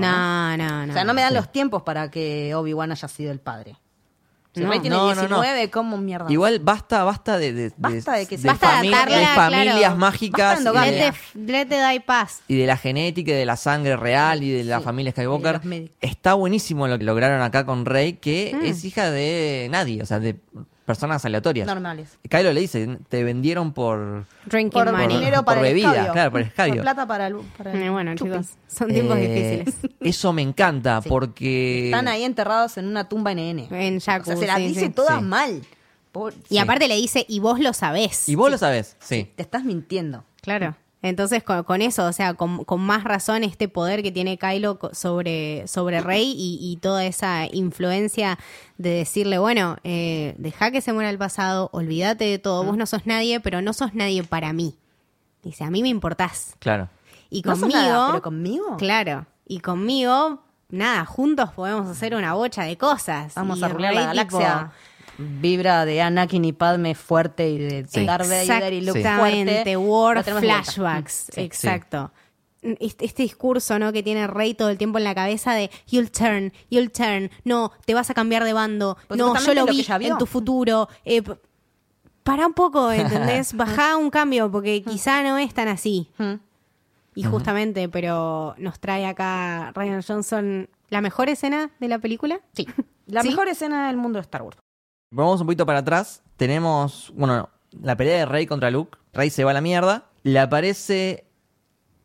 [SPEAKER 2] No,
[SPEAKER 3] No,
[SPEAKER 2] no, no.
[SPEAKER 3] O sea, no me dan los tiempos para que Obi-Wan haya sido el padre. Si
[SPEAKER 2] No.
[SPEAKER 3] Rey tiene
[SPEAKER 1] No, no, no.
[SPEAKER 3] 19, ¿cómo mierda?
[SPEAKER 1] Igual basta, basta de, de,
[SPEAKER 3] Basta de que se-
[SPEAKER 2] Basta de
[SPEAKER 1] famili-
[SPEAKER 2] atarla,
[SPEAKER 1] de familias
[SPEAKER 2] claro.
[SPEAKER 1] mágicas
[SPEAKER 3] Basta de
[SPEAKER 1] y,
[SPEAKER 3] endogamia.
[SPEAKER 1] de,
[SPEAKER 2] Let the- let the die pass.
[SPEAKER 1] y de la genética y de la sangre real y de la
[SPEAKER 3] Sí,
[SPEAKER 1] familia
[SPEAKER 3] de
[SPEAKER 1] Skywalker.
[SPEAKER 3] los médicos. Mm.
[SPEAKER 1] Está buenísimo lo que lograron acá con Rey, que es hija de nadie, o sea, de personas aleatorias.
[SPEAKER 3] Normales.
[SPEAKER 1] Kylo le dice, te vendieron por...
[SPEAKER 2] Drinking
[SPEAKER 3] Por
[SPEAKER 2] money.
[SPEAKER 1] dinero.
[SPEAKER 3] dinero para
[SPEAKER 1] Por
[SPEAKER 3] el
[SPEAKER 1] bebida,
[SPEAKER 3] escabio.
[SPEAKER 1] claro, por el escabio.
[SPEAKER 3] plata para el, para el
[SPEAKER 2] Eh, bueno,
[SPEAKER 3] chupi.
[SPEAKER 2] chicos, son tiempos
[SPEAKER 1] Eh,
[SPEAKER 2] difíciles.
[SPEAKER 1] Eso me encanta porque...
[SPEAKER 3] Están ahí enterrados en una tumba NN.
[SPEAKER 2] En Jakku,
[SPEAKER 3] O sea, se la
[SPEAKER 2] sí,
[SPEAKER 3] dice
[SPEAKER 2] sí.
[SPEAKER 3] toda
[SPEAKER 1] Sí.
[SPEAKER 3] mal. Pobre-
[SPEAKER 2] Y aparte le dice, y vos lo sabés.
[SPEAKER 1] Y vos lo sabés, sí.
[SPEAKER 3] Te estás mintiendo.
[SPEAKER 2] Claro. Entonces, con, con eso, o sea, con, con más razón este poder que tiene Kylo co- sobre, sobre Rey y, y toda esa influencia de decirle, bueno, eh, deja que se muera el pasado, olvídate de todo, vos no sos nadie, pero no sos nadie para mí. Dice, a mí me importás.
[SPEAKER 1] Claro.
[SPEAKER 2] Y
[SPEAKER 3] No sos
[SPEAKER 2] conmigo...
[SPEAKER 3] nada, pero conmigo.
[SPEAKER 2] Claro. Y conmigo, nada, juntos podemos hacer una bocha de cosas.
[SPEAKER 3] Vamos
[SPEAKER 2] Y
[SPEAKER 3] a rulear la
[SPEAKER 2] Rey, tipo,
[SPEAKER 3] galaxia. Vibra de Anakin y Padme fuerte y de
[SPEAKER 1] Sí.
[SPEAKER 3] Darth Vader y Luke
[SPEAKER 2] Exactamente,
[SPEAKER 3] fuerte.
[SPEAKER 2] War
[SPEAKER 3] No tenemos vuelta.
[SPEAKER 2] flashbacks.
[SPEAKER 3] Sí.
[SPEAKER 2] Exacto. Este, este discurso, ¿no? Que tiene Rey todo el tiempo en la cabeza de you'll turn, you'll turn, no, te vas a cambiar de bando,
[SPEAKER 3] Pues
[SPEAKER 2] no, yo
[SPEAKER 3] justamente
[SPEAKER 2] lo
[SPEAKER 3] lo que
[SPEAKER 2] vi
[SPEAKER 3] ella vio.
[SPEAKER 2] en tu futuro. Eh, p- para un poco, ¿entendés? Bajá un cambio, porque quizá no es tan así.
[SPEAKER 3] Mm.
[SPEAKER 2] Y justamente, pero nos trae acá Ryan Johnson la mejor escena de la película.
[SPEAKER 3] Sí. La
[SPEAKER 2] ¿Sí?
[SPEAKER 3] mejor escena del mundo de Star Wars.
[SPEAKER 1] Vamos un poquito para atrás. Tenemos, bueno, la pelea de Rey contra Luke. Rey se va a la mierda. Le aparece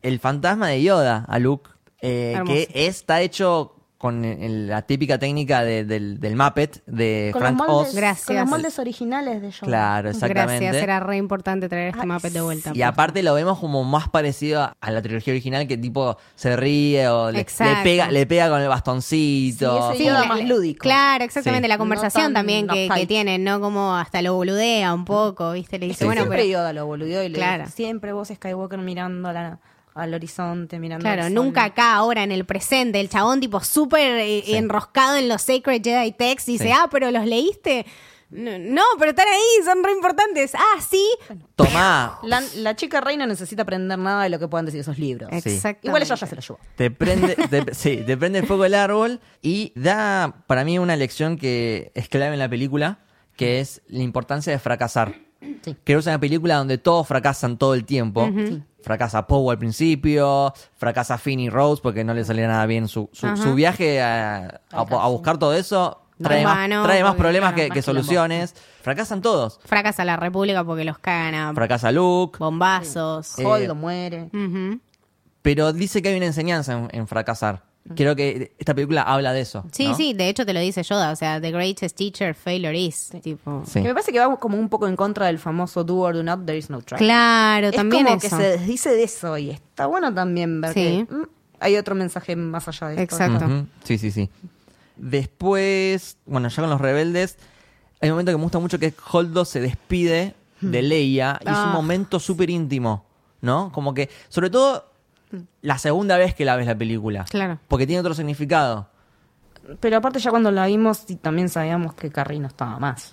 [SPEAKER 1] el fantasma de Yoda a Luke, eh,
[SPEAKER 2] Hermoso.
[SPEAKER 1] que está hecho con el- la típica técnica de- del, del Muppet de
[SPEAKER 3] Con los,
[SPEAKER 1] Frank
[SPEAKER 3] moldes,
[SPEAKER 1] Oz.
[SPEAKER 2] Gracias.
[SPEAKER 3] con los moldes originales de Yoda.
[SPEAKER 1] Claro, exactamente.
[SPEAKER 2] Gracias, era re importante traer este
[SPEAKER 3] Ah,
[SPEAKER 2] mapa de vuelta.
[SPEAKER 1] Y aparte lo vemos como más parecido a- a la trilogía original, que tipo se ríe o le, le
[SPEAKER 2] Exacto.
[SPEAKER 1] pega, le pega con el bastoncito.
[SPEAKER 3] Sí, ese Yoda más lúdico.
[SPEAKER 2] Claro, exactamente,
[SPEAKER 1] Sí.
[SPEAKER 2] la conversación
[SPEAKER 3] No tan
[SPEAKER 2] también que,
[SPEAKER 3] uptight.
[SPEAKER 2] que tienen, ¿no? Como hasta lo boludea un poco, ¿viste? Le dice,
[SPEAKER 1] Sí,
[SPEAKER 2] bueno,
[SPEAKER 1] sí.
[SPEAKER 3] siempre
[SPEAKER 2] pero...
[SPEAKER 3] Yoda lo boludeó y le
[SPEAKER 2] Claro.
[SPEAKER 3] dice, siempre vos Skywalker mirando a la- al horizonte, mirando
[SPEAKER 2] Claro,
[SPEAKER 3] al sol".
[SPEAKER 2] nunca acá, ahora en el presente, el chabón tipo súper eh,
[SPEAKER 1] Sí.
[SPEAKER 2] enroscado en los Sacred Jedi Texts dice,
[SPEAKER 1] Sí.
[SPEAKER 2] ah, pero los leíste. No, no, pero están ahí, son re importantes. Ah, sí.
[SPEAKER 1] Tomá,
[SPEAKER 3] La, la chica reina necesita aprender nada de lo que puedan decir esos libros.
[SPEAKER 1] Sí.
[SPEAKER 2] Exactamente.
[SPEAKER 3] Igual ella ya se la llevó.
[SPEAKER 1] Te prende, te- sí, te prende fuego el árbol y da para mí una lección que es clave en la película, que es la importancia de fracasar.
[SPEAKER 3] Sí.
[SPEAKER 1] Creo que es una película donde todos fracasan todo el tiempo. Fracasa Poe al principio, fracasa Finn y Rose porque no le salía nada bien su, su- su viaje a, a- a buscar todo eso, Trae
[SPEAKER 2] Urbano,
[SPEAKER 1] más, trae más
[SPEAKER 2] porque,
[SPEAKER 1] problemas que,
[SPEAKER 2] claro, más
[SPEAKER 1] que
[SPEAKER 2] quilombo.
[SPEAKER 1] soluciones. Fracasan todos.
[SPEAKER 2] Fracasa la República porque los cagan a
[SPEAKER 1] Fracasa Luke.
[SPEAKER 2] bombazos.
[SPEAKER 1] Eh,
[SPEAKER 3] Holdo muere.
[SPEAKER 2] Ujú.
[SPEAKER 1] Pero dice que hay una enseñanza en, en fracasar. Creo que esta película habla de eso.
[SPEAKER 2] Sí,
[SPEAKER 1] ¿no?
[SPEAKER 2] sí, de hecho te lo dice Yoda, o sea, the greatest teacher failure is. Tipo.
[SPEAKER 1] Sí.
[SPEAKER 3] Que me parece que va como un poco en contra del famoso do or do not, there is no try.
[SPEAKER 2] Claro, también
[SPEAKER 3] es
[SPEAKER 2] eso.
[SPEAKER 3] como que se desdice de eso y está bueno también ver
[SPEAKER 2] Sí.
[SPEAKER 3] que mm, hay otro mensaje más allá de esto.
[SPEAKER 2] Exacto.
[SPEAKER 1] Ujú, Sí, sí, sí. Después, bueno, ya con los rebeldes, hay un momento que me gusta mucho que es Holdo se despide de Leia y es un
[SPEAKER 2] Hmm. Ah.
[SPEAKER 1] momento súper íntimo, ¿no? Como que, sobre todo, la segunda vez que la ves la película.
[SPEAKER 2] Hmm. Claro.
[SPEAKER 1] Porque tiene otro significado.
[SPEAKER 3] Pero aparte ya cuando la vimos y también sabíamos que Carrie no estaba más.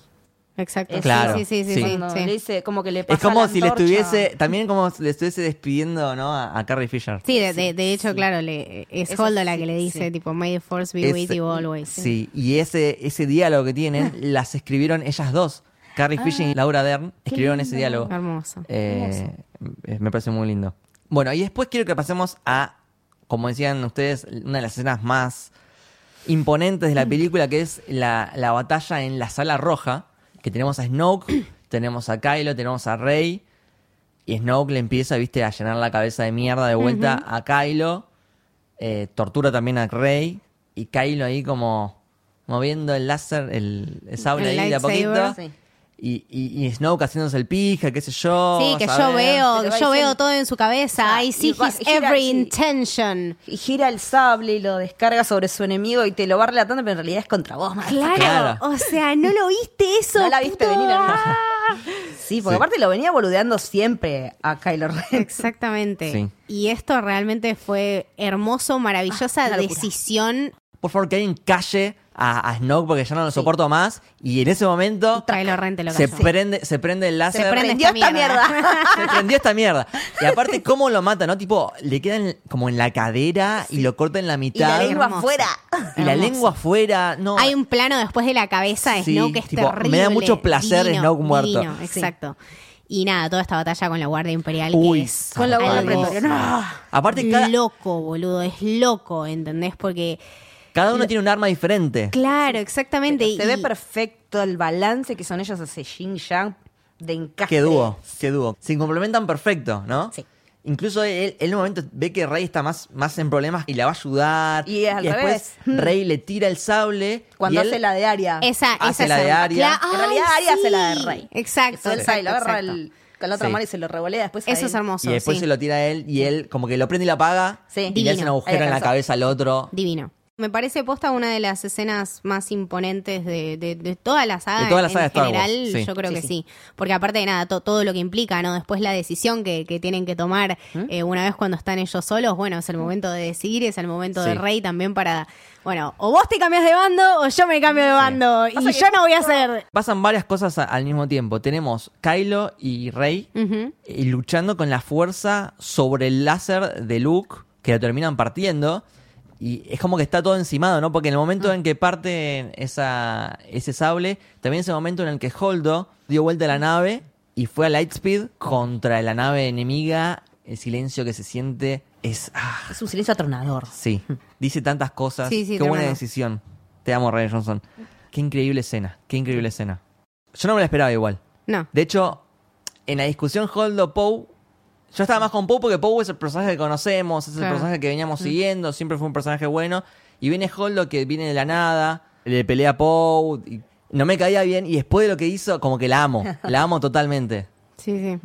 [SPEAKER 2] Exacto.
[SPEAKER 3] Es-
[SPEAKER 1] Claro,
[SPEAKER 2] Sí, sí, sí,
[SPEAKER 1] sí.
[SPEAKER 2] sí,
[SPEAKER 3] Cuando
[SPEAKER 2] sí.
[SPEAKER 3] le dice como que le pasa
[SPEAKER 1] Es como
[SPEAKER 3] la
[SPEAKER 1] si le
[SPEAKER 3] antorcha.
[SPEAKER 1] estuviese, también como si le estuviese despidiendo, ¿no? A, a Carrie Fisher.
[SPEAKER 2] Sí, de, de- de hecho, claro, le, es
[SPEAKER 3] Eso
[SPEAKER 2] Holdo la que
[SPEAKER 3] sí,
[SPEAKER 2] le dice,
[SPEAKER 3] sí.
[SPEAKER 2] tipo, May the force be
[SPEAKER 1] Ese-
[SPEAKER 2] with you always.
[SPEAKER 1] Sí, y ese, ese diálogo que tienen las escribieron ellas dos. Carrie Fisher y
[SPEAKER 2] Ah.
[SPEAKER 1] Laura Dern escribieron ese diálogo.
[SPEAKER 2] Hermoso.
[SPEAKER 1] Eh, eh, me parece muy lindo. Bueno, y después quiero que pasemos a, como decían ustedes, una de las escenas más imponentes de la película, que es la, la batalla en la sala roja, que tenemos a Snoke, tenemos a Kylo, tenemos a Rey, y Snoke le empieza, viste, a llenar la cabeza de mierda de vuelta a Kylo, eh, tortura también a Rey, y Kylo ahí como moviendo el láser, el, el sable
[SPEAKER 2] El
[SPEAKER 1] ahí de a poquito.
[SPEAKER 2] lightsaber.
[SPEAKER 3] Sí.
[SPEAKER 1] Y, y, y Snoke haciéndose el pija, qué sé yo.
[SPEAKER 2] Sí, que yo
[SPEAKER 1] ¿sabes?
[SPEAKER 2] veo,
[SPEAKER 3] Pero
[SPEAKER 2] que
[SPEAKER 3] ahí
[SPEAKER 2] yo
[SPEAKER 3] sí-
[SPEAKER 2] veo todo en su cabeza.
[SPEAKER 3] Ah,
[SPEAKER 2] I see
[SPEAKER 3] y va-
[SPEAKER 2] his
[SPEAKER 3] gira-
[SPEAKER 2] every
[SPEAKER 3] sí.
[SPEAKER 2] intention.
[SPEAKER 3] Y gira el sable y lo descarga sobre su enemigo y te lo va relatando, pero en realidad es contra vos, madre.
[SPEAKER 2] Claro,
[SPEAKER 1] Claro.
[SPEAKER 2] o sea, no lo viste eso.
[SPEAKER 3] No la viste
[SPEAKER 2] puto?
[SPEAKER 3] venir, ¿no? Sí, porque
[SPEAKER 1] Sí.
[SPEAKER 3] aparte lo venía boludeando siempre a Kylo Ren.
[SPEAKER 2] Exactamente.
[SPEAKER 1] Sí.
[SPEAKER 2] Y esto realmente fue hermoso, maravillosa
[SPEAKER 3] Ah, una locura.
[SPEAKER 2] decisión.
[SPEAKER 1] Por favor, que alguien calle a, a Snoke porque ya no lo soporto más. Y en ese momento
[SPEAKER 2] Kylo Ren te lo
[SPEAKER 1] se
[SPEAKER 2] casó.
[SPEAKER 1] prende, se prende el láser.
[SPEAKER 2] Se prende
[SPEAKER 3] Prendió
[SPEAKER 2] esta
[SPEAKER 3] esta
[SPEAKER 2] mierda.
[SPEAKER 3] mierda.
[SPEAKER 1] Se prendió esta mierda. Y aparte, ¿cómo lo mata? ¿No? Tipo, le quedan como en la cadera y lo corta en la
[SPEAKER 3] y la
[SPEAKER 1] mitad.
[SPEAKER 3] lengua
[SPEAKER 2] Hermoso.
[SPEAKER 3] afuera.
[SPEAKER 1] Y la
[SPEAKER 2] Hermoso.
[SPEAKER 1] lengua afuera. No.
[SPEAKER 2] Hay un plano después de la cabeza de
[SPEAKER 1] Sí,
[SPEAKER 2] Snoke que es
[SPEAKER 1] tipo, me da
[SPEAKER 2] terrible.
[SPEAKER 1] mucho placer
[SPEAKER 2] divino,
[SPEAKER 1] Snoke muerto.
[SPEAKER 2] divino,
[SPEAKER 1] Sí.
[SPEAKER 2] exacto. Y nada, toda esta batalla con la Guardia Imperial que
[SPEAKER 1] Uy,
[SPEAKER 2] es
[SPEAKER 1] Con la Guardia
[SPEAKER 2] algo
[SPEAKER 3] Imperial, no.
[SPEAKER 1] Aparte, cada,
[SPEAKER 2] loco, boludo, es loco, ¿entendés? Porque,
[SPEAKER 1] cada uno tiene un arma diferente.
[SPEAKER 2] claro, exactamente.
[SPEAKER 3] Se ve
[SPEAKER 2] y-
[SPEAKER 3] perfecto el balance que son ellos hace Jin Yang de encaje.
[SPEAKER 1] Qué dúo, qué dúo. Se complementan perfecto, ¿no?
[SPEAKER 3] Sí.
[SPEAKER 1] Incluso él, él en un momento ve que Rey está más, más en problemas y la va a ayudar.
[SPEAKER 3] Y es al
[SPEAKER 1] después
[SPEAKER 3] revés.
[SPEAKER 1] Rey le tira el sable. y
[SPEAKER 3] Cuando
[SPEAKER 1] él-
[SPEAKER 3] hace la de Aria.
[SPEAKER 2] Esa,
[SPEAKER 1] Hace
[SPEAKER 2] esa
[SPEAKER 1] la de
[SPEAKER 2] arma.
[SPEAKER 1] Aria.
[SPEAKER 2] Cla-
[SPEAKER 3] En realidad
[SPEAKER 2] ¡Ay,
[SPEAKER 3] Aria hace
[SPEAKER 2] sí!
[SPEAKER 3] la de Rey.
[SPEAKER 2] Exacto.
[SPEAKER 3] Que suelta y lo
[SPEAKER 2] exacto,
[SPEAKER 3] agarra
[SPEAKER 2] exacto.
[SPEAKER 3] el- con la otra
[SPEAKER 1] Sí.
[SPEAKER 3] mano y se lo revolea después. a
[SPEAKER 2] Eso es
[SPEAKER 3] él.
[SPEAKER 2] hermoso.
[SPEAKER 1] Y después
[SPEAKER 2] sí.
[SPEAKER 1] se lo tira a él y él como que lo prende y lo apaga.
[SPEAKER 3] Sí.
[SPEAKER 1] Y le
[SPEAKER 2] Divino.
[SPEAKER 1] hace un
[SPEAKER 3] Ahí
[SPEAKER 1] agujero en la
[SPEAKER 3] descansó.
[SPEAKER 1] cabeza al otro.
[SPEAKER 2] Divino. Me parece posta una de las escenas más imponentes de, de, de toda la saga.
[SPEAKER 1] De toda la saga de
[SPEAKER 2] en
[SPEAKER 1] Star Wars,
[SPEAKER 2] general,
[SPEAKER 1] sí.
[SPEAKER 2] yo creo
[SPEAKER 3] Sí,
[SPEAKER 2] que sí.
[SPEAKER 3] sí.
[SPEAKER 2] Porque aparte de nada, to- todo lo que implica, ¿no? Después la decisión que, que tienen que tomar
[SPEAKER 1] ¿Mm?
[SPEAKER 2] eh, una vez cuando están ellos solos, bueno, es el momento de decidir, es el momento de
[SPEAKER 1] Sí.
[SPEAKER 2] Rey también para, bueno, o vos te cambias de bando o yo me cambio de bando. Y
[SPEAKER 3] Pasa que
[SPEAKER 2] yo no voy a hacer.
[SPEAKER 1] Pasan varias cosas a- al mismo tiempo. Tenemos Kylo y Rey
[SPEAKER 2] Ujú.
[SPEAKER 1] eh, luchando con la fuerza sobre el láser de Luke, que lo terminan partiendo. Y es como que está todo encimado, ¿no? Porque en el momento en que parten esa, ese sable, también es el momento en el que Holdo dio vuelta a la nave y fue a Lightspeed contra la nave enemiga. El silencio que se siente es. ah,
[SPEAKER 3] Es un silencio atronador.
[SPEAKER 1] sí. Dice tantas cosas.
[SPEAKER 2] Sí, sí,
[SPEAKER 1] qué buena
[SPEAKER 2] tremendo.
[SPEAKER 1] decisión. Te amo, Ryan Johnson. Qué increíble escena. Qué increíble escena. Yo no me la esperaba igual.
[SPEAKER 2] No.
[SPEAKER 1] De hecho, en la discusión Holdo Poe, yo estaba más con Poe porque Poe es el personaje que conocemos, es el
[SPEAKER 2] Claro. Mm.
[SPEAKER 1] personaje que veníamos siguiendo, siempre fue un personaje bueno. Y viene Holdo que viene de la nada, le pelea a Poe, y no me caía bien. Y después de lo que hizo, como que la amo, la amo totalmente.
[SPEAKER 2] Sí, sí.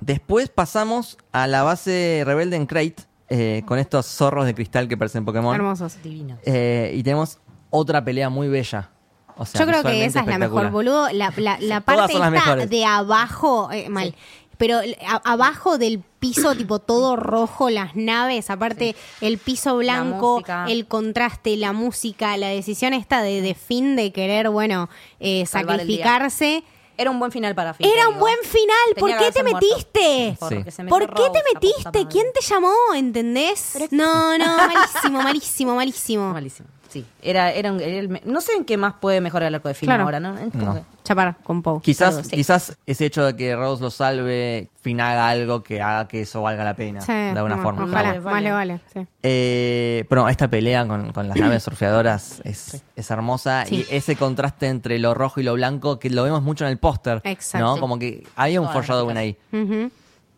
[SPEAKER 1] Después pasamos a la base rebelde en Crate, eh, con estos zorros de cristal que parecen Pokémon.
[SPEAKER 2] Hermosos.
[SPEAKER 3] Divino.
[SPEAKER 1] Eh, y tenemos otra pelea muy bella. O sea,
[SPEAKER 2] Yo creo que
[SPEAKER 1] visualmente
[SPEAKER 2] esa es la mejor,
[SPEAKER 1] espectacular.
[SPEAKER 2] boludo. La, la, la
[SPEAKER 1] Todas
[SPEAKER 2] parte
[SPEAKER 1] son las
[SPEAKER 2] esta
[SPEAKER 1] mejores.
[SPEAKER 2] de abajo, eh, mal, pero el- a- abajo del piso, tipo todo rojo, las naves, aparte el piso blanco,
[SPEAKER 3] música.
[SPEAKER 2] el contraste, la música, la decisión esta de, de fin de querer, bueno, eh,
[SPEAKER 3] Salvar el día.
[SPEAKER 2] sacrificarse.
[SPEAKER 3] Era un buen final para Finn.
[SPEAKER 2] Era
[SPEAKER 3] te
[SPEAKER 2] un
[SPEAKER 3] digo.
[SPEAKER 2] buen final.
[SPEAKER 3] Tenía
[SPEAKER 2] ¿Por
[SPEAKER 3] que
[SPEAKER 2] qué te
[SPEAKER 3] haberse muerto.
[SPEAKER 2] metiste?
[SPEAKER 1] Sí.
[SPEAKER 3] que se metió
[SPEAKER 2] ¿Por qué te
[SPEAKER 3] Rose, la puta
[SPEAKER 2] metiste?
[SPEAKER 3] madre.
[SPEAKER 2] ¿Quién te llamó? ¿Entendés? No, no, malísimo, malísimo, malísimo.
[SPEAKER 3] Malísimo. Sí, era, era, un- era el- no sé en qué más puede mejorar el arco de Finn
[SPEAKER 2] Claro.
[SPEAKER 3] ahora, ¿no? Es como
[SPEAKER 1] No.
[SPEAKER 3] que-
[SPEAKER 2] Chapar con Poe.
[SPEAKER 1] Quizás,
[SPEAKER 3] Algo, sí.
[SPEAKER 1] quizás ese hecho de que Rose lo salve, Finn haga algo que haga que eso valga la pena.
[SPEAKER 2] Sí,
[SPEAKER 1] de alguna
[SPEAKER 2] no,
[SPEAKER 1] forma.
[SPEAKER 2] ojalá,
[SPEAKER 1] Pero
[SPEAKER 3] vale,
[SPEAKER 2] más le vale. sí.
[SPEAKER 1] Eh, bueno, esta pelea con, con las naves surfeadoras es, es hermosa
[SPEAKER 2] Sí.
[SPEAKER 1] y ese contraste entre lo rojo y lo blanco que lo vemos mucho en el póster,
[SPEAKER 2] Exacto.
[SPEAKER 1] ¿no? Como que había un
[SPEAKER 3] Todas las
[SPEAKER 1] foreshadowing
[SPEAKER 3] chicas.
[SPEAKER 1] ahí.
[SPEAKER 2] Ujú,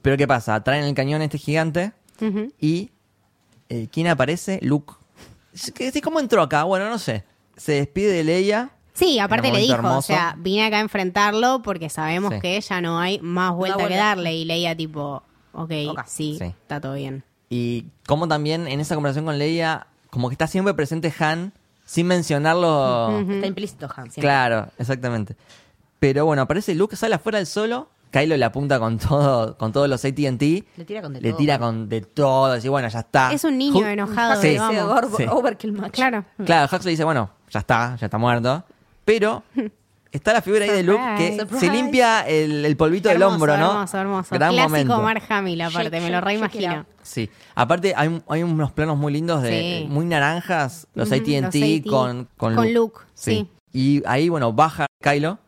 [SPEAKER 1] Pero ¿qué pasa? Traen el cañón este gigante
[SPEAKER 2] ujú.
[SPEAKER 1] y eh, ¿quién aparece? Luke. Es que decís, ¿Cómo entró acá? Bueno, no sé. Se despide de Leia.
[SPEAKER 2] Sí,
[SPEAKER 1] En
[SPEAKER 2] aparte
[SPEAKER 1] un
[SPEAKER 2] le dijo,
[SPEAKER 1] momento
[SPEAKER 2] o sea,
[SPEAKER 1] hermoso.
[SPEAKER 2] vine acá a enfrentarlo porque sabemos
[SPEAKER 1] Sí.
[SPEAKER 2] que ya no hay más vuelta que
[SPEAKER 3] vuelta.
[SPEAKER 2] darle. Y leía tipo, ok,
[SPEAKER 3] Ok.
[SPEAKER 2] sí,
[SPEAKER 1] Sí.
[SPEAKER 2] está todo bien.
[SPEAKER 1] Y como también en esa conversación con Leia, como que está siempre presente Han sin mencionarlo.
[SPEAKER 3] Está implícito Han. siempre.
[SPEAKER 1] Claro, exactamente. Pero bueno, aparece Luke, sale afuera del solo. Kylo le apunta con todo, con todos los ATT.
[SPEAKER 3] Le tira con de
[SPEAKER 1] Le
[SPEAKER 3] todo.
[SPEAKER 1] tira con de todo. Y bueno, ya está.
[SPEAKER 2] Es un niño
[SPEAKER 1] Ju-
[SPEAKER 2] enojado,
[SPEAKER 1] Sí.
[SPEAKER 2] digamos.
[SPEAKER 3] Ese Ah, over-
[SPEAKER 1] Sí.
[SPEAKER 3] Overkill match.
[SPEAKER 2] Claro.
[SPEAKER 1] Claro, Huxley dice, bueno, ya está, ya está muerto. Pero está la figura ahí de Luke que
[SPEAKER 2] Surprise.
[SPEAKER 1] se limpia el, el polvito del
[SPEAKER 2] Hermoso,
[SPEAKER 1] hombro, ¿no?
[SPEAKER 2] Hermoso, hermoso.
[SPEAKER 1] Gran
[SPEAKER 2] Clásico
[SPEAKER 1] momento.
[SPEAKER 2] Mark Hamill, aparte,
[SPEAKER 3] Shake,
[SPEAKER 2] me lo
[SPEAKER 3] shake, shake it
[SPEAKER 2] reimagino.
[SPEAKER 3] out.
[SPEAKER 1] Sí. Aparte, hay, un- hay unos planos muy lindos, de eh,
[SPEAKER 2] Sí.
[SPEAKER 1] muy naranjas, los
[SPEAKER 2] Ujú,
[SPEAKER 1] ATT
[SPEAKER 2] los AT&T
[SPEAKER 1] con, con,
[SPEAKER 2] con Luke, sí.
[SPEAKER 1] Y ahí, bueno, baja Kylo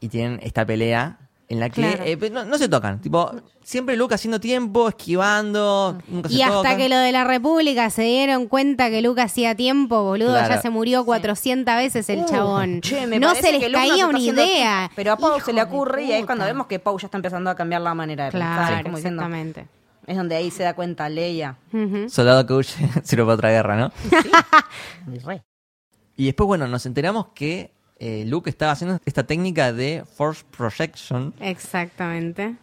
[SPEAKER 1] y tienen esta pelea en la que
[SPEAKER 2] Claro.
[SPEAKER 1] eh, pero no, no se tocan. Tipo, siempre Luke haciendo tiempo, esquivando, nunca se
[SPEAKER 2] Y hasta
[SPEAKER 1] tocan.
[SPEAKER 2] que lo de la República se dieron cuenta que Luke hacía tiempo, boludo,
[SPEAKER 1] Claro.
[SPEAKER 2] ya se murió 400 veces el
[SPEAKER 3] Uh,
[SPEAKER 2] chabón.
[SPEAKER 3] che, me
[SPEAKER 2] no
[SPEAKER 3] parece
[SPEAKER 2] se les
[SPEAKER 3] que Luna
[SPEAKER 2] caía
[SPEAKER 3] está
[SPEAKER 2] una
[SPEAKER 3] haciendo-
[SPEAKER 2] idea.
[SPEAKER 3] Pero a Pau
[SPEAKER 2] Hijo
[SPEAKER 3] se le
[SPEAKER 2] de
[SPEAKER 3] ocurre y ahí es cuando
[SPEAKER 2] puta.
[SPEAKER 3] vemos que Pau ya está empezando a cambiar la manera de pensar.
[SPEAKER 2] Claro,
[SPEAKER 3] como diciendo-
[SPEAKER 2] exactamente.
[SPEAKER 3] es donde ahí se da cuenta Leia.
[SPEAKER 2] Ujú.
[SPEAKER 1] Soldado que huye sirve para otra guerra, ¿no?
[SPEAKER 3] Mi rey.
[SPEAKER 1] Y después, bueno, nos enteramos que eh, Luke estaba haciendo esta técnica de Force Projection.
[SPEAKER 2] Exactamente.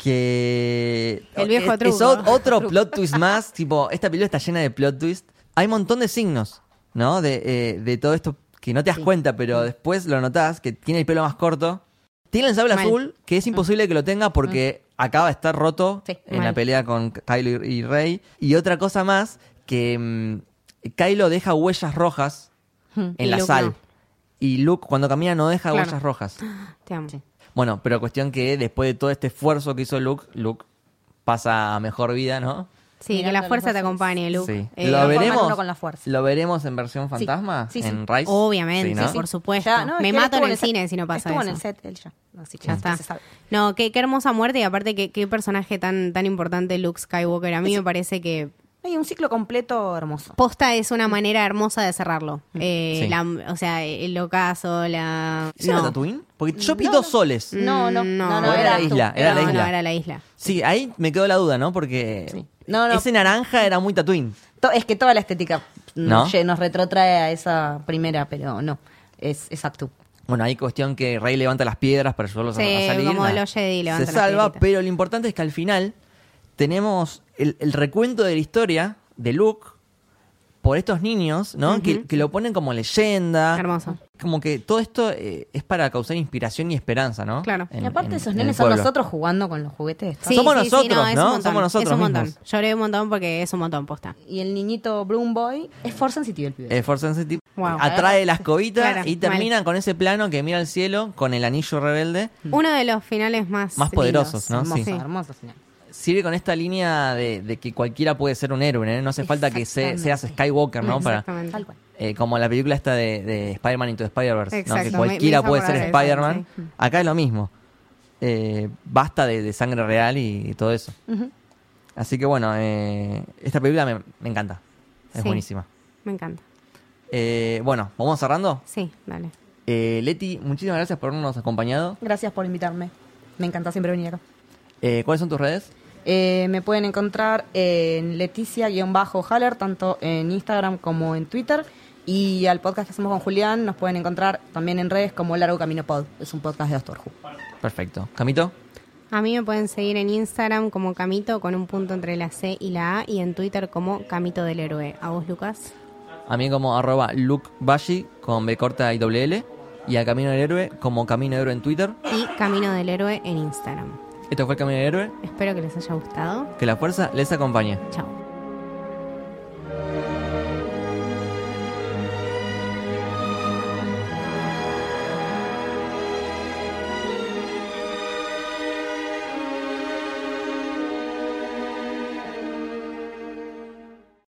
[SPEAKER 1] que
[SPEAKER 2] El viejo
[SPEAKER 1] es,
[SPEAKER 2] truco.
[SPEAKER 1] es o- otro plot twist más tipo esta película está llena de plot twist hay un montón de signos no de, eh, de todo esto que no te das cuenta
[SPEAKER 2] Mm.
[SPEAKER 1] pero después lo notas que tiene el pelo más corto tiene el sable
[SPEAKER 2] Mal. Mm.
[SPEAKER 1] azul que es imposible que lo tenga porque acaba de estar roto
[SPEAKER 3] Sí,
[SPEAKER 1] en la
[SPEAKER 2] mal.
[SPEAKER 1] pelea con Kylo y, y Rey y otra cosa más que mm, Kylo deja huellas rojas
[SPEAKER 2] Hmm. Y
[SPEAKER 1] en la
[SPEAKER 2] Luke
[SPEAKER 1] sal
[SPEAKER 2] no.
[SPEAKER 1] y Luke cuando camina no deja
[SPEAKER 2] Claro.
[SPEAKER 1] huellas rojas
[SPEAKER 2] Te amo.
[SPEAKER 1] bueno, pero cuestión que después de todo este esfuerzo que hizo Luke, Luke pasa a mejor vida, ¿no?
[SPEAKER 2] Sí, que
[SPEAKER 3] Mirando
[SPEAKER 2] la fuerza
[SPEAKER 3] los
[SPEAKER 2] te
[SPEAKER 3] ojos.
[SPEAKER 2] acompañe, Luke.
[SPEAKER 1] sí.
[SPEAKER 2] Eh,
[SPEAKER 1] lo
[SPEAKER 3] forman
[SPEAKER 1] veremos.
[SPEAKER 3] uno con la fuerza.
[SPEAKER 1] Lo veremos en versión fantasma,
[SPEAKER 3] Sí, sí.
[SPEAKER 1] en Rise.
[SPEAKER 2] Obviamente,
[SPEAKER 1] Sí, ¿no?
[SPEAKER 2] por supuesto.
[SPEAKER 3] Ya, no, es que
[SPEAKER 2] Me
[SPEAKER 3] él
[SPEAKER 2] mato
[SPEAKER 3] estuvo
[SPEAKER 2] en el
[SPEAKER 3] set.
[SPEAKER 2] cine si no pasa
[SPEAKER 3] Estuvo en
[SPEAKER 2] eso.
[SPEAKER 3] el set él ya. Así que
[SPEAKER 2] Ya está.
[SPEAKER 3] se sabe.
[SPEAKER 2] No, qué, qué hermosa muerte y aparte qué, qué personaje tan, tan importante Luke Skywalker. A mí me parece que
[SPEAKER 3] Hay un ciclo completo hermoso.
[SPEAKER 2] posta es una manera hermosa de cerrarlo.
[SPEAKER 3] Mm.
[SPEAKER 2] Eh,
[SPEAKER 1] Sí.
[SPEAKER 2] la- o sea, el ocaso, la...
[SPEAKER 1] ¿Ese era
[SPEAKER 2] no.
[SPEAKER 1] Tatooine? Porque yo vi
[SPEAKER 3] No,
[SPEAKER 1] dos
[SPEAKER 3] no.
[SPEAKER 1] soles.
[SPEAKER 3] No, no,
[SPEAKER 2] Mm,
[SPEAKER 3] no, no,
[SPEAKER 1] O era la
[SPEAKER 3] eras tú.
[SPEAKER 1] isla, era la
[SPEAKER 2] No,
[SPEAKER 1] isla.
[SPEAKER 2] no, era la isla.
[SPEAKER 1] Sí, ahí me quedó la duda, ¿no? Porque
[SPEAKER 3] Sí. No, no.
[SPEAKER 1] ese naranja era muy Tatooine.
[SPEAKER 3] To- Es que toda la estética mm,
[SPEAKER 1] ¿No?
[SPEAKER 3] nos, lle- nos retrotrae a esa primera, pero no. Es, es Actu.
[SPEAKER 1] Bueno, hay cuestión que Rey levanta las piedras para ayudarlos a-
[SPEAKER 2] Sí,
[SPEAKER 1] a salir.
[SPEAKER 2] como
[SPEAKER 1] nada.
[SPEAKER 2] los Jedi levantan
[SPEAKER 1] Se
[SPEAKER 2] las
[SPEAKER 1] salva,
[SPEAKER 2] piedritas.
[SPEAKER 1] pero lo importante es que al final tenemos el, el recuento de la historia de Luke por estos niños, ¿no? que, que lo ponen como leyenda.
[SPEAKER 2] Hermoso.
[SPEAKER 1] Como que todo esto eh, es para causar inspiración y esperanza, ¿no?
[SPEAKER 2] Claro.
[SPEAKER 1] En-
[SPEAKER 3] y aparte,
[SPEAKER 1] en-
[SPEAKER 3] esos
[SPEAKER 1] en
[SPEAKER 3] nenes
[SPEAKER 1] el
[SPEAKER 3] son
[SPEAKER 1] pueblo.
[SPEAKER 3] nosotros jugando con los juguetes. de Star
[SPEAKER 2] Sí,
[SPEAKER 1] Somos
[SPEAKER 2] sí, sí,
[SPEAKER 1] nosotros,
[SPEAKER 2] es
[SPEAKER 1] ¿no?
[SPEAKER 2] un montón,
[SPEAKER 1] Somos nosotros
[SPEAKER 2] Es un montón.
[SPEAKER 1] mismos.
[SPEAKER 2] Lloré un montón porque es un montón, posta.
[SPEAKER 3] Wars. Y el niñito Bloom Boy es Force Sensitive el pibe.
[SPEAKER 1] Eh, Force Sensitive
[SPEAKER 2] Wow.
[SPEAKER 1] atrae la escobita
[SPEAKER 2] eh, Claro,
[SPEAKER 1] y termina con ese plano que mira al cielo con el anillo rebelde.
[SPEAKER 3] Mm.
[SPEAKER 2] Uno de los finales más...
[SPEAKER 1] Más poderosos,
[SPEAKER 2] lindos.
[SPEAKER 1] ¿no?
[SPEAKER 3] hermoso,
[SPEAKER 1] sí.
[SPEAKER 3] hermoso final.
[SPEAKER 1] sirve con esta línea de, de que cualquiera puede ser un héroe, ¿eh? no hace falta que se-
[SPEAKER 3] Exactamente.
[SPEAKER 1] seas Skywalker, ¿no? Para,
[SPEAKER 2] Exactamente.
[SPEAKER 3] Tal cual.
[SPEAKER 1] eh, como la película esta de, de Spider-Man Into Spider-Verse, ¿no?
[SPEAKER 2] Exacto,
[SPEAKER 1] que
[SPEAKER 2] me-
[SPEAKER 1] cualquiera
[SPEAKER 2] me hizo
[SPEAKER 1] puede ser
[SPEAKER 2] acordar eso,
[SPEAKER 1] Spider-Man. Acá es lo mismo. Eh, basta de, de sangre real y, y todo eso. Así que bueno, eh, esta película me, me encanta. Es
[SPEAKER 2] Sí.
[SPEAKER 1] buenísima.
[SPEAKER 2] Me encanta.
[SPEAKER 1] Eh, bueno, ¿vamos cerrando?
[SPEAKER 2] Sí, dale.
[SPEAKER 1] Eh, Leti, muchísimas gracias por habernos acompañado.
[SPEAKER 3] Gracias por invitarme. Me encanta siempre venir acá.
[SPEAKER 1] Eh, ¿Cuáles son tus redes?
[SPEAKER 3] Eh, me pueden encontrar en Leticia-Haller, tanto en Instagram como en Twitter. Y al podcast que hacemos con Julián nos pueden encontrar también en redes como Largo Camino Pod. Es un podcast de Doctor Who.
[SPEAKER 1] Perfecto. Camito,
[SPEAKER 2] A mí me pueden seguir en Instagram como Camito con un punto entre la C y la A y en Twitter como Camito del Héroe. A vos, Lucas.
[SPEAKER 1] a mí como arroba Luke Bashi con B corta y doble L. Y a Camino del Héroe como Camino del Héroe en Twitter.
[SPEAKER 2] Y Camino del Héroe en Instagram.
[SPEAKER 1] Esto fue Camino del Héroe.
[SPEAKER 2] Espero que les haya gustado.
[SPEAKER 1] Que la fuerza les acompañe.
[SPEAKER 2] Chao.